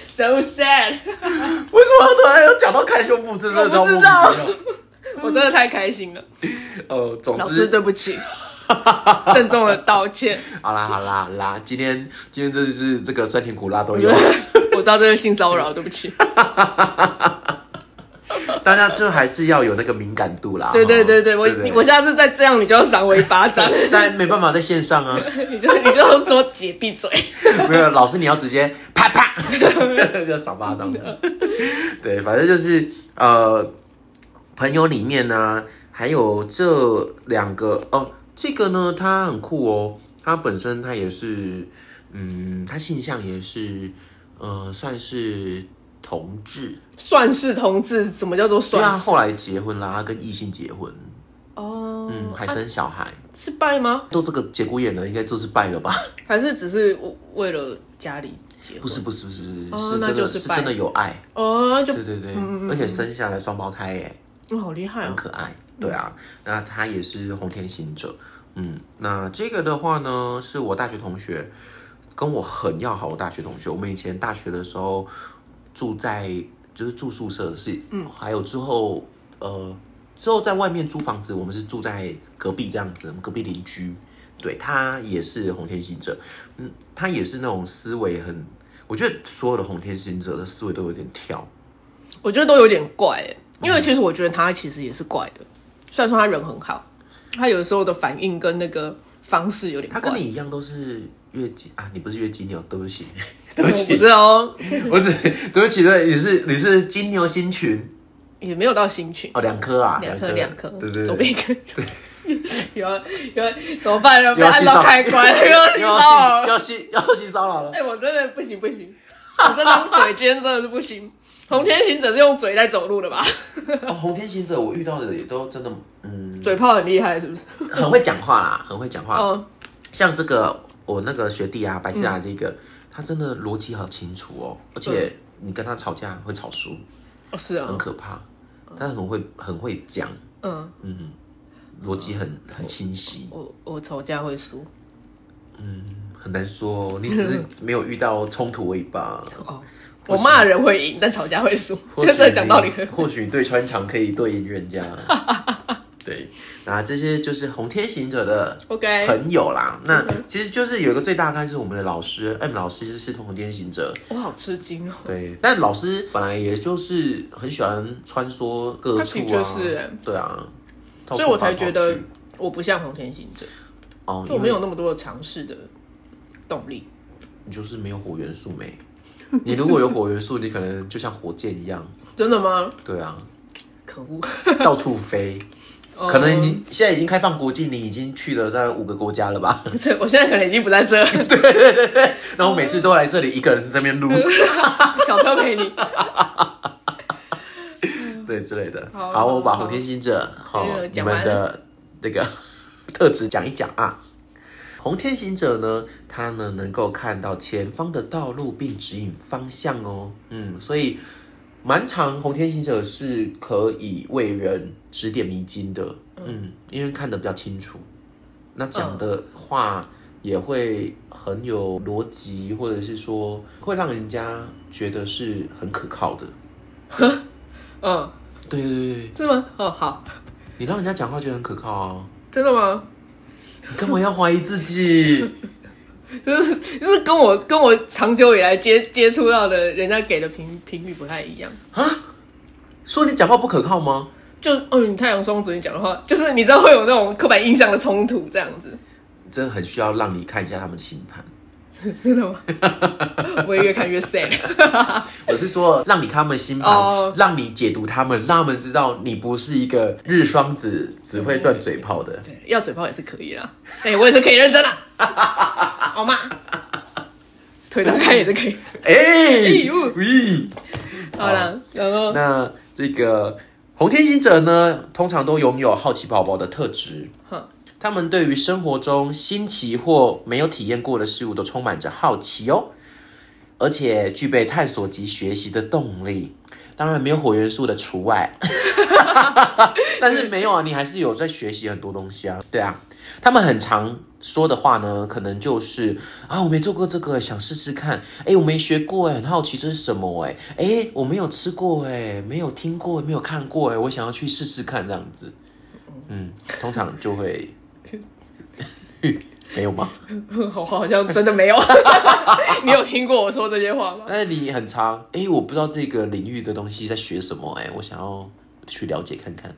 [SPEAKER 2] so sad。
[SPEAKER 1] 为什么突然要讲到看胸部？这真
[SPEAKER 2] 我
[SPEAKER 1] 的超
[SPEAKER 2] 不
[SPEAKER 1] 莫
[SPEAKER 2] 知
[SPEAKER 1] 名
[SPEAKER 2] 道
[SPEAKER 1] 其妙。，
[SPEAKER 2] 我真的太开心了。
[SPEAKER 1] 呃，总之，
[SPEAKER 2] 老师，对不起，
[SPEAKER 1] 好
[SPEAKER 2] 郑重的道歉。
[SPEAKER 1] 啦好啦好啦，今天今天这就是这个酸甜苦辣都
[SPEAKER 2] 我
[SPEAKER 1] 有
[SPEAKER 2] 觉。得 我知道这是性骚扰，对 不起。
[SPEAKER 1] 大家就还是要有那个敏感度啦。
[SPEAKER 2] 对对
[SPEAKER 1] 哈
[SPEAKER 2] 对对，我
[SPEAKER 1] 对
[SPEAKER 2] 我下次再这样，你就要赏我一巴掌。
[SPEAKER 1] 但没办法在线上啊，
[SPEAKER 2] 你就你就说姐闭嘴。
[SPEAKER 1] 没有老师你要直接啪啪 就赏巴掌。对，反正就是呃，朋友里面呢、还有这两个哦，这个呢他很酷哦，他本身他也是嗯，他性向也是呃算是同志，
[SPEAKER 2] 算是同志，什么叫做
[SPEAKER 1] 虽然
[SPEAKER 2] 算是？
[SPEAKER 1] 后来结婚啦，他跟异性结婚，
[SPEAKER 2] 哦，
[SPEAKER 1] 嗯，还
[SPEAKER 2] 啊
[SPEAKER 1] 生小孩。
[SPEAKER 2] 是拜吗？
[SPEAKER 1] 都这个节骨眼了，应该就是败了吧？
[SPEAKER 2] 还是只是为了家里结婚？
[SPEAKER 1] 不是不是不是不
[SPEAKER 2] 哦
[SPEAKER 1] 是，是
[SPEAKER 2] 那
[SPEAKER 1] 真
[SPEAKER 2] 就
[SPEAKER 1] 的
[SPEAKER 2] 是
[SPEAKER 1] 是
[SPEAKER 2] 败
[SPEAKER 1] 真的有爱，
[SPEAKER 2] 哦，就
[SPEAKER 1] 对对对
[SPEAKER 2] 嗯嗯，嗯
[SPEAKER 1] 而且生下来双胞胎耶，
[SPEAKER 2] 嗯好厉害
[SPEAKER 1] 很
[SPEAKER 2] 哦。
[SPEAKER 1] 可爱。对啊，那他也是红天行者，嗯，那这个的话呢，是我大学同学，跟我很要好的大学同学，我们以前大学的时候住在就是住宿舍是，
[SPEAKER 2] 嗯
[SPEAKER 1] 还有之后呃之后在外面租房子，我们是住在隔壁这样子，我们隔壁邻居，对他也是红天行者，嗯，他也是那种思维很，我觉得所有的红天行者的思维都有点跳，
[SPEAKER 2] 我觉得都有点怪欸，
[SPEAKER 1] 嗯
[SPEAKER 2] 因为其实我觉得他其实也是怪的，虽然说他人很好，他有时候的反应跟那个方式有点
[SPEAKER 1] 他
[SPEAKER 2] 怪。
[SPEAKER 1] 跟你一样都是月经啊，你不是月经牛，对不 起，对
[SPEAKER 2] 我
[SPEAKER 1] 不
[SPEAKER 2] 不
[SPEAKER 1] 起，
[SPEAKER 2] 知道，哦
[SPEAKER 1] 我只对不起，对，你是你是金牛星群
[SPEAKER 2] 也没有到新群，
[SPEAKER 1] 哦，两颗啊，
[SPEAKER 2] 两颗
[SPEAKER 1] 颗
[SPEAKER 2] 两颗，
[SPEAKER 1] 对对
[SPEAKER 2] 左边一
[SPEAKER 1] 对。
[SPEAKER 2] 颗。 有啊有啊怎么办？要
[SPEAKER 1] 又
[SPEAKER 2] 被按到开 关，又
[SPEAKER 1] 又
[SPEAKER 2] 要洗
[SPEAKER 1] 要性。要
[SPEAKER 2] 到
[SPEAKER 1] 性要性骚扰了
[SPEAKER 2] 哎、。我真的不行不行，我这张嘴今天真的是不行。红天行者是用嘴在走路的吧？
[SPEAKER 1] 哦，红天行者我遇到的也都真的，嗯，
[SPEAKER 2] 嘴炮很厉害是不是？
[SPEAKER 1] 很会讲话啦，很会讲话。
[SPEAKER 2] 嗯，
[SPEAKER 1] 像这个我那个学弟啊，白思雅这个，他真的逻辑好清楚哦，而且你跟他吵架会吵输，
[SPEAKER 2] 哦是啊哦
[SPEAKER 1] 很，可怕。他很会很会讲，
[SPEAKER 2] 嗯，
[SPEAKER 1] 嗯，逻辑很很清晰，
[SPEAKER 2] 我我吵架会输。
[SPEAKER 1] 嗯，很难说哦，你只
[SPEAKER 2] 嗯
[SPEAKER 1] 是没有遇到冲突而已 吧。
[SPEAKER 2] 哦，我骂人会赢，但吵架会输，
[SPEAKER 1] 或
[SPEAKER 2] 这
[SPEAKER 1] 许
[SPEAKER 2] 真的讲道理
[SPEAKER 1] 你。 或许你对穿墙可以对应人 家。对，那这些就是红天行者的
[SPEAKER 2] OK 嗯
[SPEAKER 1] 朋友啦。那其实就是有一个最大概就是我们的老师 M 老师就是红天行者。
[SPEAKER 2] 我好吃惊哦。
[SPEAKER 1] 对，但老师本来也就是很喜欢穿梭各处啊，
[SPEAKER 2] 他的确是
[SPEAKER 1] 对啊，到
[SPEAKER 2] 所
[SPEAKER 1] 处
[SPEAKER 2] 以我才觉
[SPEAKER 1] 跑来
[SPEAKER 2] 得
[SPEAKER 1] 跑去
[SPEAKER 2] 我不像红天行者，
[SPEAKER 1] 哦，
[SPEAKER 2] 就
[SPEAKER 1] 因
[SPEAKER 2] 我
[SPEAKER 1] 为
[SPEAKER 2] 没有那么多的尝试的动力。
[SPEAKER 1] 你就是没有火元素没，你如果有火元素，你可能就像火箭一样，
[SPEAKER 2] 真的吗？
[SPEAKER 1] 对啊，
[SPEAKER 2] 可恶。
[SPEAKER 1] 到处飞。
[SPEAKER 2] 哦
[SPEAKER 1] 可能你现在已经开放国际，你已经去了在五个国家了吧？
[SPEAKER 2] 不哦是，我现在可能已经不在这，
[SPEAKER 1] 然后每次都来这里一个人在那边录，
[SPEAKER 2] 小车 陪你。
[SPEAKER 1] 对之类的。
[SPEAKER 2] 好
[SPEAKER 1] 好，我把
[SPEAKER 2] 好
[SPEAKER 1] 红天行者好
[SPEAKER 2] 哎呦
[SPEAKER 1] 你
[SPEAKER 2] 讲
[SPEAKER 1] 们
[SPEAKER 2] 完
[SPEAKER 1] 的那个 特质讲一讲啊。红天行者呢，他呢能够看到前方的道路并指引方向哦，嗯，所以蛮长红天行者是可以为人指嗯
[SPEAKER 2] 嗯
[SPEAKER 1] 点迷津的，嗯，因为看得比较清楚，那讲的话也会很有逻辑，或者是说会让人家觉得是很可靠的。
[SPEAKER 2] 嗯，
[SPEAKER 1] 对对对对，
[SPEAKER 2] 是吗？哦，好，
[SPEAKER 1] 你让人家讲话觉得很可靠啊，
[SPEAKER 2] 真的吗？
[SPEAKER 1] 你干嘛要怀疑自己？
[SPEAKER 2] 就是就是跟我跟我长久以来接接触到的人家给的频频率不太一样。
[SPEAKER 1] 啊？说你讲话不可靠吗？
[SPEAKER 2] 就哦，你太阳双子，你讲的话，就是你知道会有那种刻板印象的冲突，这样子，
[SPEAKER 1] 真的很需要让你看一下他们的星 盘。
[SPEAKER 2] 真的吗？ 我也越看越 sad。
[SPEAKER 1] 我是说，让你看他们星盘
[SPEAKER 2] 哦
[SPEAKER 1] 让你解读他们，让他们知道你不是一个日双子只会断嘴炮的。
[SPEAKER 2] 对，要嘴炮也是可以啦，哎、我也是可以认真 啦，好吗？腿张开也是可以。
[SPEAKER 1] 哎、
[SPEAKER 2] 哎呦
[SPEAKER 1] 喂，
[SPEAKER 2] 好啊啦，然后
[SPEAKER 1] 那这个红天行者呢，通常都拥有好奇宝宝的特质。
[SPEAKER 2] 哼，
[SPEAKER 1] 他们对于生活中新奇或没有体验过的事物都充满着好奇哦，而且具备探索及学习的动力。当然没有火元素的除外， 但是没有啊，你还是有在学习很多东西啊。对啊，他们很常说的话呢，可能就是啊，我没做过这个，想试试看。哎，我没学过哎，很好奇这是什么哎。哎，我没有吃过哎，没有听过，没有看过哎，我想要去试试看这样子。嗯，通常就 会没有吗？
[SPEAKER 2] 我好像真的没 有。你有听过我说这些话吗？
[SPEAKER 1] 但是你很常，哎、我不知道这个领域的东西在学什么、诶哎，我想要去了解看看。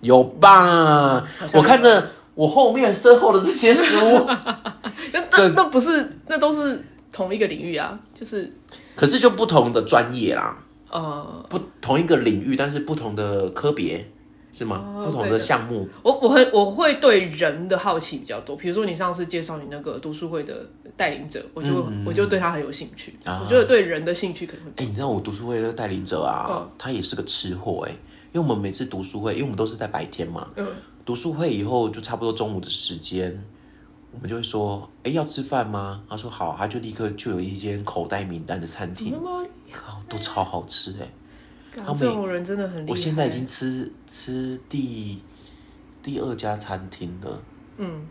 [SPEAKER 1] 有吧？
[SPEAKER 2] 好像有
[SPEAKER 1] 我看着我后面身后的这些 书，
[SPEAKER 2] 那那
[SPEAKER 1] 这
[SPEAKER 2] 那不是，那都是同一个领域啊，就是
[SPEAKER 1] 可是就不同的专业啦，
[SPEAKER 2] 呃，
[SPEAKER 1] 不同一个领域，但是不同的科别是吗？
[SPEAKER 2] 哦
[SPEAKER 1] 不同
[SPEAKER 2] 对的
[SPEAKER 1] 的项目，
[SPEAKER 2] 我我会我会对人的好奇比较多，比如说你上次介绍你那个读书会的带领者，我就、
[SPEAKER 1] 嗯
[SPEAKER 2] 我就对他很有兴趣，
[SPEAKER 1] 啊
[SPEAKER 2] 我觉得对人的兴趣可能会比
[SPEAKER 1] 哎、
[SPEAKER 2] 较。
[SPEAKER 1] 你知道我读书会的带领者啊，
[SPEAKER 2] 嗯
[SPEAKER 1] 他也是个吃货哎、因为我们每次读书会，因为我们都是在白天嘛，
[SPEAKER 2] 嗯，
[SPEAKER 1] 读书会以后就差不多中午的时间，我们就会说，哎，要吃饭吗？他说好，他就立刻就有一间口袋名单的餐
[SPEAKER 2] 怎么
[SPEAKER 1] 厅
[SPEAKER 2] 那，么
[SPEAKER 1] 靠，都超好吃哎、
[SPEAKER 2] 干
[SPEAKER 1] 他们
[SPEAKER 2] 这种人真的很厉害。
[SPEAKER 1] 我现在已经吃吃第第二家餐厅了，
[SPEAKER 2] 嗯，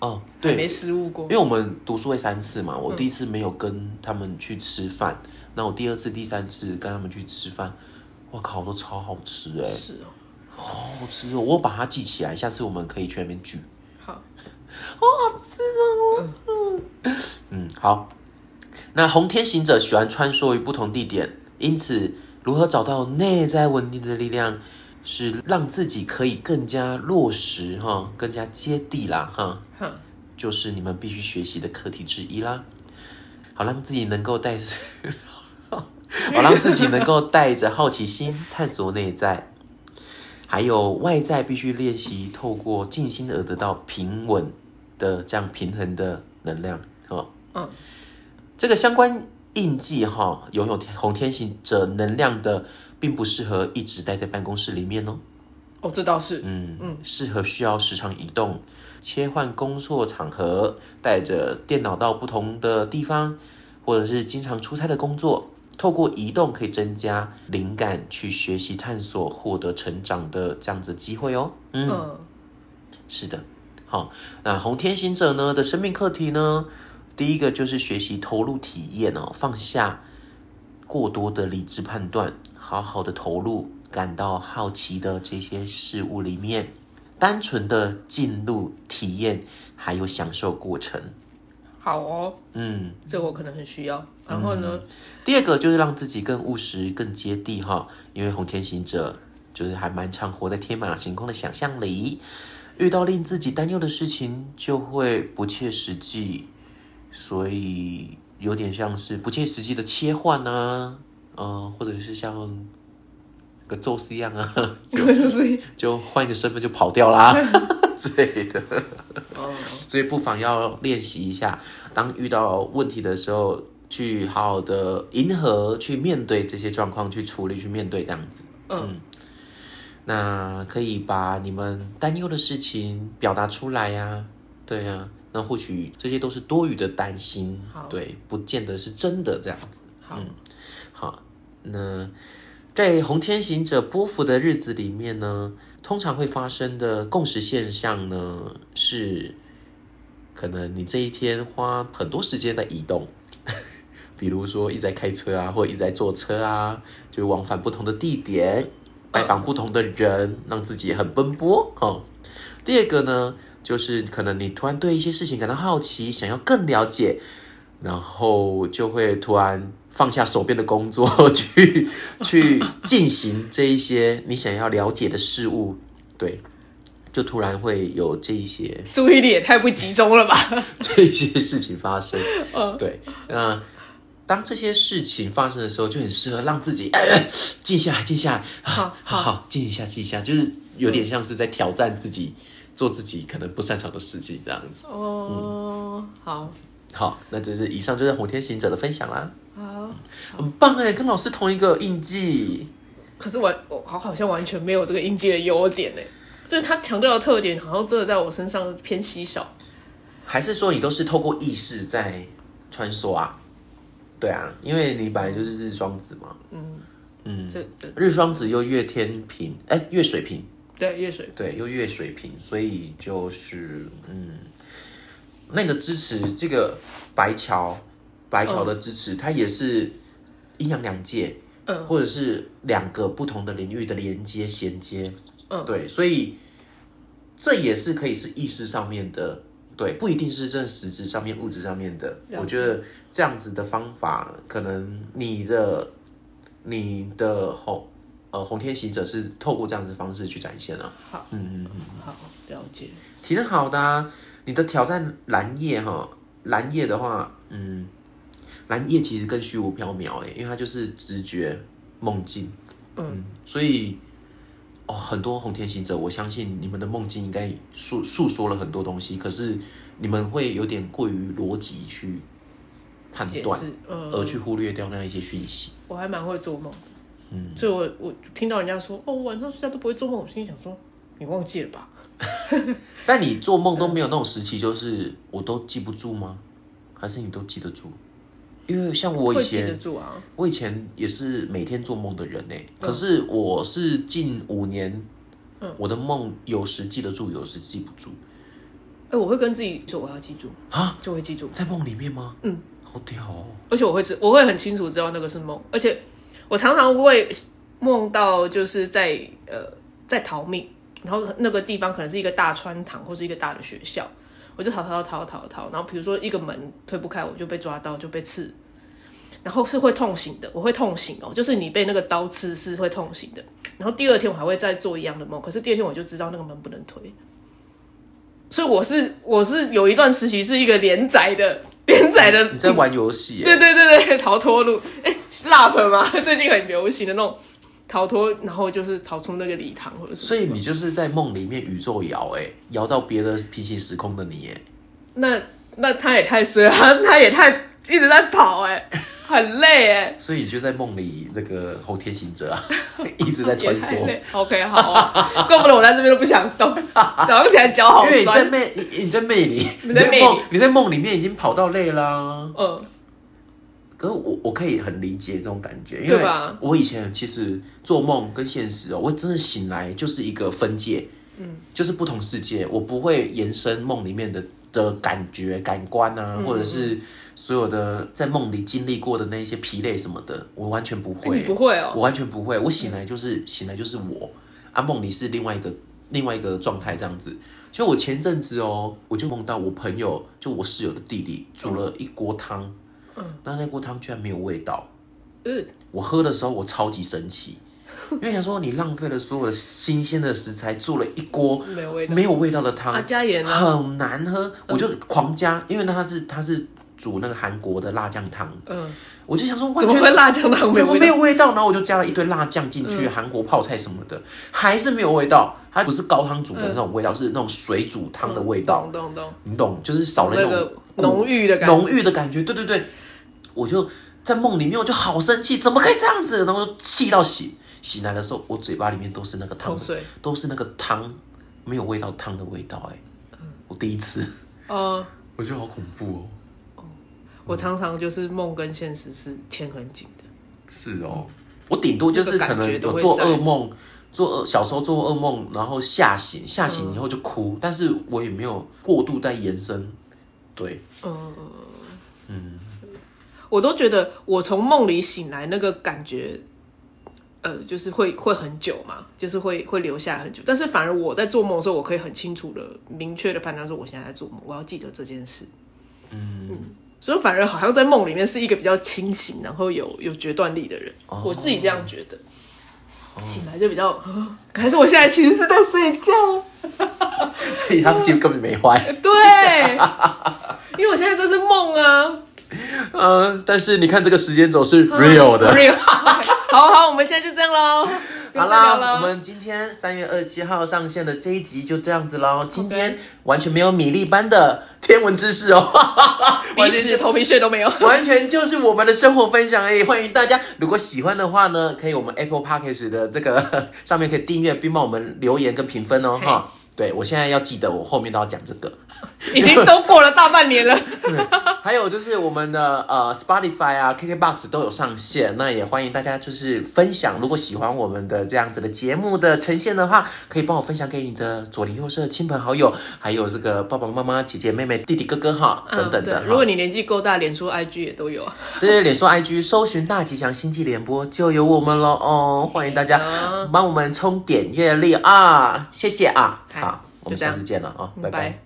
[SPEAKER 1] 哦，
[SPEAKER 2] 还
[SPEAKER 1] 对，
[SPEAKER 2] 没失误过
[SPEAKER 1] 因为我们读书会三次嘛，我
[SPEAKER 2] 嗯
[SPEAKER 1] 第一次没有跟他们去吃饭，那、我第二次、第三次跟他们去吃饭，我靠，都超好吃哎、
[SPEAKER 2] 是哦，
[SPEAKER 1] 好好吃哦！我把它记起来，下次我们可以去那边聚。
[SPEAKER 2] 好，
[SPEAKER 1] 好好吃哦。嗯，好。那红天行者喜欢穿梭于不同地点，因此如何找到内在稳定的力量，是让自己可以更加落实哈，更加接地啦哈，
[SPEAKER 2] 哼，
[SPEAKER 1] 就是你们必须学习的课题之一啦。好，让自己能够带， 好让自己能够带着好奇心探索内在，还有外在必须练习透过静心而得到平稳的这样平衡的能量哦。
[SPEAKER 2] 嗯，
[SPEAKER 1] 这个相关印记哈、拥有红天行者能量的，并不适合一直待在办公室里面哦。
[SPEAKER 2] 哦，这倒是，
[SPEAKER 1] 嗯
[SPEAKER 2] 嗯
[SPEAKER 1] 嗯，适合需要时常移动、切换工作场合、带着电脑到不同的地方，或者是经常出差的工作。透过移动可以增加灵感，去学习、探索、获得成长的这样子机会哦。嗯，
[SPEAKER 2] 嗯
[SPEAKER 1] 是的。好，那红天行者呢的生命课题呢，第一个就是学习投入体验哦，放下过多的理智判断，好好的投入，感到好奇的这些事物里面，单纯的进入体验，还有享受过程。
[SPEAKER 2] 好哦，
[SPEAKER 1] 嗯，
[SPEAKER 2] 这我可能很需要。然后呢，
[SPEAKER 1] 第二个就是让自己更务实、更接地哈，因为红天行者就是还蛮常活在天马行空的想象里，遇到令自己担忧的事情就会不切实际，所以有点像是不切实际的切换啊，呃，或者是像个宙斯一样啊， 就
[SPEAKER 2] 就是，
[SPEAKER 1] 就换一个身份就跑掉啦之类的。
[SPEAKER 2] 哦，
[SPEAKER 1] 所以不妨要练习一下，当遇到问题的时候，去好好的迎合，去面对这些状况，去处理，去面对这样子。
[SPEAKER 2] 嗯，
[SPEAKER 1] 那可以把你们担忧的事情表达出来呀、对呀、那或许这些都是多余的担心
[SPEAKER 2] 好，
[SPEAKER 1] 对，不见得是真的这样子。
[SPEAKER 2] 好，
[SPEAKER 1] 嗯好，那在红天行者波幅的日子里面呢，通常会发生的共识现象呢是可能你这一天花很多时间在移动， 比如说一直在开车啊，或者一直在坐车啊，就往返不同的地点，拜访不同的人，让自己很奔波哦。第二个呢，就是可能你突然对一些事情感到好奇，想要更了解，然后就会突然放下手边的工作， 去去进行这一些你想要了解的事物，对，就突然会有这一些
[SPEAKER 2] 注意力也太不集中了吧？
[SPEAKER 1] 这一些事情发生。
[SPEAKER 2] 嗯
[SPEAKER 1] 对，那当这些事情发生的时候，就很适合让自己哎、哎静下来，静下来，啊
[SPEAKER 2] 好
[SPEAKER 1] 好
[SPEAKER 2] 好
[SPEAKER 1] 好，静一下，静一下，就是有点像是在挑战自己，做自己可能不擅长的事情这样子。
[SPEAKER 2] 哦，好，
[SPEAKER 1] 好，那就是以上就是红天行者的分享啦，
[SPEAKER 2] 好，
[SPEAKER 1] 很棒哎，跟老师同一个印记。
[SPEAKER 2] 可是完，我好好像完全没有这个应届的优点呢。所以他强调的特点好像真的在我身上偏稀少。
[SPEAKER 1] 还是说你都是透过意识在穿梭啊？对啊，因为你本来就是日双子嘛，
[SPEAKER 2] 嗯，
[SPEAKER 1] 嗯
[SPEAKER 2] 这这，
[SPEAKER 1] 日双子又月天平，哎、月水瓶，
[SPEAKER 2] 对，月水，
[SPEAKER 1] 对，又月水瓶，所以就是嗯，那你的支持这个白桥，白桥的支持，它也是阴阳两界，
[SPEAKER 2] 嗯
[SPEAKER 1] 或者是两个不同的领域的连接衔接，
[SPEAKER 2] 嗯
[SPEAKER 1] 对，所以这也是可以是意识上面的，对，不一定是真的实质上面、物质上面的。
[SPEAKER 2] 了
[SPEAKER 1] 我
[SPEAKER 2] 解
[SPEAKER 1] 觉得这样子的方法，可能你的你的红呃红天行者是透过这样子的方式去展现了、
[SPEAKER 2] 好，
[SPEAKER 1] 嗯嗯嗯，
[SPEAKER 2] 好，了解。
[SPEAKER 1] 挺好的、啊。你的挑战蓝叶哈，蓝叶的话，嗯，蓝叶其实更虚无缥缈欸诶，因为它就是直觉梦境。嗯
[SPEAKER 2] 嗯，，
[SPEAKER 1] 所以哦，很多红天行者，我相信你们的梦境应该诉诉说了很多东西，可是你们会有点过于逻辑去判
[SPEAKER 2] 解
[SPEAKER 1] 断
[SPEAKER 2] 释，嗯
[SPEAKER 1] 而去忽略掉那一些讯息。
[SPEAKER 2] 我还蛮会做梦的。
[SPEAKER 1] 嗯，
[SPEAKER 2] 所以我我听到人家说哦，我晚上睡觉都不会做梦，我心里想说你忘记了 吧？
[SPEAKER 1] 但你做梦都没有那种时期，就是我都记不住吗？还是你都记得住？因为像我以
[SPEAKER 2] 会记
[SPEAKER 1] 前
[SPEAKER 2] 得住啊
[SPEAKER 1] 我以前也是每天做梦的人呢、
[SPEAKER 2] 嗯
[SPEAKER 1] 可是我是近五年，
[SPEAKER 2] 嗯
[SPEAKER 1] 我的梦有时记得住，有时记不住
[SPEAKER 2] 哎、我会跟自己说我要记住，
[SPEAKER 1] 啊，
[SPEAKER 2] 就会记住。
[SPEAKER 1] 在梦里面吗？
[SPEAKER 2] 嗯，
[SPEAKER 1] 好屌哦！
[SPEAKER 2] 而且我会知，我会很清楚知道那个是梦，而且我常常会梦到就是在呃在逃命，然后那个地方可能是一个大穿堂或是一个大的学校，我就逃逃逃逃逃，然后比如说一个门推不开，我就被抓到就被刺，然后是会痛醒的，我会痛醒哦，就是你被那个刀刺是会痛醒的，然后第二天我还会再做一样的梦，可是第二天我就知道那个门不能推，所以我是我是有一段时期是一个连载的连载的
[SPEAKER 1] 你在玩游戏耶？
[SPEAKER 2] 对对对对，逃脱路，哎，slap 嘛， 最近很流行的那种逃脱，然后就是逃出那个礼堂或者是。
[SPEAKER 1] 所以你就是在梦里面宇宙摇，哎，摇到别的平行时空的你，哎，
[SPEAKER 2] 那那他也太衰了， 他也太一直在跑 哎、很累哎、
[SPEAKER 1] 所以你就在梦里那个后天行者啊， 一直在
[SPEAKER 2] 也
[SPEAKER 1] 穿
[SPEAKER 2] 太
[SPEAKER 1] 梭。
[SPEAKER 2] 累。OK，好、啊，怪不得我在这边都不想 动，早上起来脚好
[SPEAKER 1] 因为你在
[SPEAKER 2] 酸。嗯
[SPEAKER 1] 妹，你你在妹里，
[SPEAKER 2] 你在妹里
[SPEAKER 1] 梦，你在梦里面已经跑到累啦。
[SPEAKER 2] 嗯，
[SPEAKER 1] 可是我我可以很理解这种感觉，因
[SPEAKER 2] 对
[SPEAKER 1] 为
[SPEAKER 2] 吧
[SPEAKER 1] 我以前其实做梦跟现实哦，我真的醒来就是一个分界，
[SPEAKER 2] 嗯，
[SPEAKER 1] 就是不同世界，我不会延伸梦里面的的感觉、感官啊，
[SPEAKER 2] 嗯
[SPEAKER 1] 或者是所有的在梦里经历过的那一些疲累什么的，我完全不
[SPEAKER 2] 哎
[SPEAKER 1] 会，
[SPEAKER 2] 你不会哦
[SPEAKER 1] 我完全不会，我醒来就是、醒来就是我，啊，梦里是另外一个另外一个状态这样子。就我前阵子哦，我就梦到我朋友，就我室友的弟弟煮了一锅汤，
[SPEAKER 2] 嗯，
[SPEAKER 1] 那那锅汤居然没有味道，
[SPEAKER 2] 嗯，
[SPEAKER 1] 我喝的时候我超级生气，因为想说你浪费了所有的新鲜的食材，做了一锅
[SPEAKER 2] 没有味道
[SPEAKER 1] 没有味道的汤，
[SPEAKER 2] 啊加盐啊
[SPEAKER 1] 很难喝，我就狂加，因为那它是它是煮那个韩国的辣酱汤，
[SPEAKER 2] 嗯，
[SPEAKER 1] 我就想说
[SPEAKER 2] 怎么会辣酱汤没
[SPEAKER 1] 怎
[SPEAKER 2] 有
[SPEAKER 1] 么
[SPEAKER 2] 味
[SPEAKER 1] 没有
[SPEAKER 2] 道？
[SPEAKER 1] 味道？然后我就加了一堆辣酱进去，
[SPEAKER 2] 嗯
[SPEAKER 1] 韩国泡菜什么的，还是没有味道，它不是高汤煮的那种味道，是那种水煮汤的味道
[SPEAKER 2] 嗯，懂懂懂。
[SPEAKER 1] 你懂，就是少了那
[SPEAKER 2] 那
[SPEAKER 1] 种
[SPEAKER 2] 个浓郁的感觉
[SPEAKER 1] 浓郁的感觉，对对对，我就在梦里面我就好生气，怎么可以这样子？然后就气到醒，醒来的时候我嘴巴里面都是那个汤
[SPEAKER 2] 口水，
[SPEAKER 1] 都是那个汤没有味道汤的味道、哎，
[SPEAKER 2] 嗯
[SPEAKER 1] 我第一次，
[SPEAKER 2] 呃，
[SPEAKER 1] 我觉得好恐怖哦，
[SPEAKER 2] 我常常就是梦跟现实是牵很紧的。
[SPEAKER 1] 是哦，我顶多就是可能有做噩梦。做噩小时候做
[SPEAKER 2] 嗯
[SPEAKER 1] 噩梦，然后吓醒，吓醒以后就哭，但是我也没有过度在延伸对，
[SPEAKER 2] 呃，
[SPEAKER 1] 嗯，
[SPEAKER 2] 我都觉得我从梦里醒来那个感觉，呃，就是会会很久嘛，就是会会留下很久。但是反而我在做梦的时候，我可以很清楚的、明确的判断说我现在在做梦，我要记得这件事。
[SPEAKER 1] 嗯，
[SPEAKER 2] 所以反而好像在梦里面是一个比较清醒，然后有有决断力的人，
[SPEAKER 1] 哦
[SPEAKER 2] 我自己这样觉得。
[SPEAKER 1] 哦
[SPEAKER 2] 醒来就比较， 呃还是我现在其实是在睡觉。
[SPEAKER 1] 所以他其实根本没 坏，
[SPEAKER 2] 对，因为我现在这是梦啊。
[SPEAKER 1] 嗯，但是你看这个时间轴 是 real 的。
[SPEAKER 2] real。好好，我们现在就这样喽。不
[SPEAKER 1] 好
[SPEAKER 2] 用再聊
[SPEAKER 1] 啦，
[SPEAKER 2] 了
[SPEAKER 1] 我们今天三月二十七号上线的这一集就这样子喽。今天完全没有米粒般的天文知识哦，
[SPEAKER 2] 鼻屎、头皮屑都没有。
[SPEAKER 1] 完全就是我们的生活分享而已。欢迎大家，如果喜欢的话呢，可以我们 Apple Podcast 的这个 上面可以订阅，并帮我们留言跟评分哦
[SPEAKER 2] 嘿
[SPEAKER 1] 哈。对，我现在要记得，我后面都要讲这个。
[SPEAKER 2] 已经都过了大半年了。
[SPEAKER 1] 对 还有就是我们的呃 Spotify 啊、KKBox 都有上线，那也欢迎大家就是分享，如果喜欢我们的这样子的节目的呈现的话，可以帮我分享给你的左邻右舍、亲朋好友，还有这个爸爸妈妈、姐姐、妹妹、弟弟、哥哥哈 等等的哈。
[SPEAKER 2] 嗯对，如果你年纪够大，脸书、IG 也都有啊。
[SPEAKER 1] 对脸书 IG 搜寻大吉祥星际联播就有我们了哦，欢迎大家
[SPEAKER 2] 好
[SPEAKER 1] 帮我们冲点阅率啊，谢谢啊，
[SPEAKER 2] 嗨
[SPEAKER 1] 好，我们
[SPEAKER 2] 就这
[SPEAKER 1] 下
[SPEAKER 2] 样嗯
[SPEAKER 1] 次见了啊、哦，拜
[SPEAKER 2] 拜
[SPEAKER 1] 拜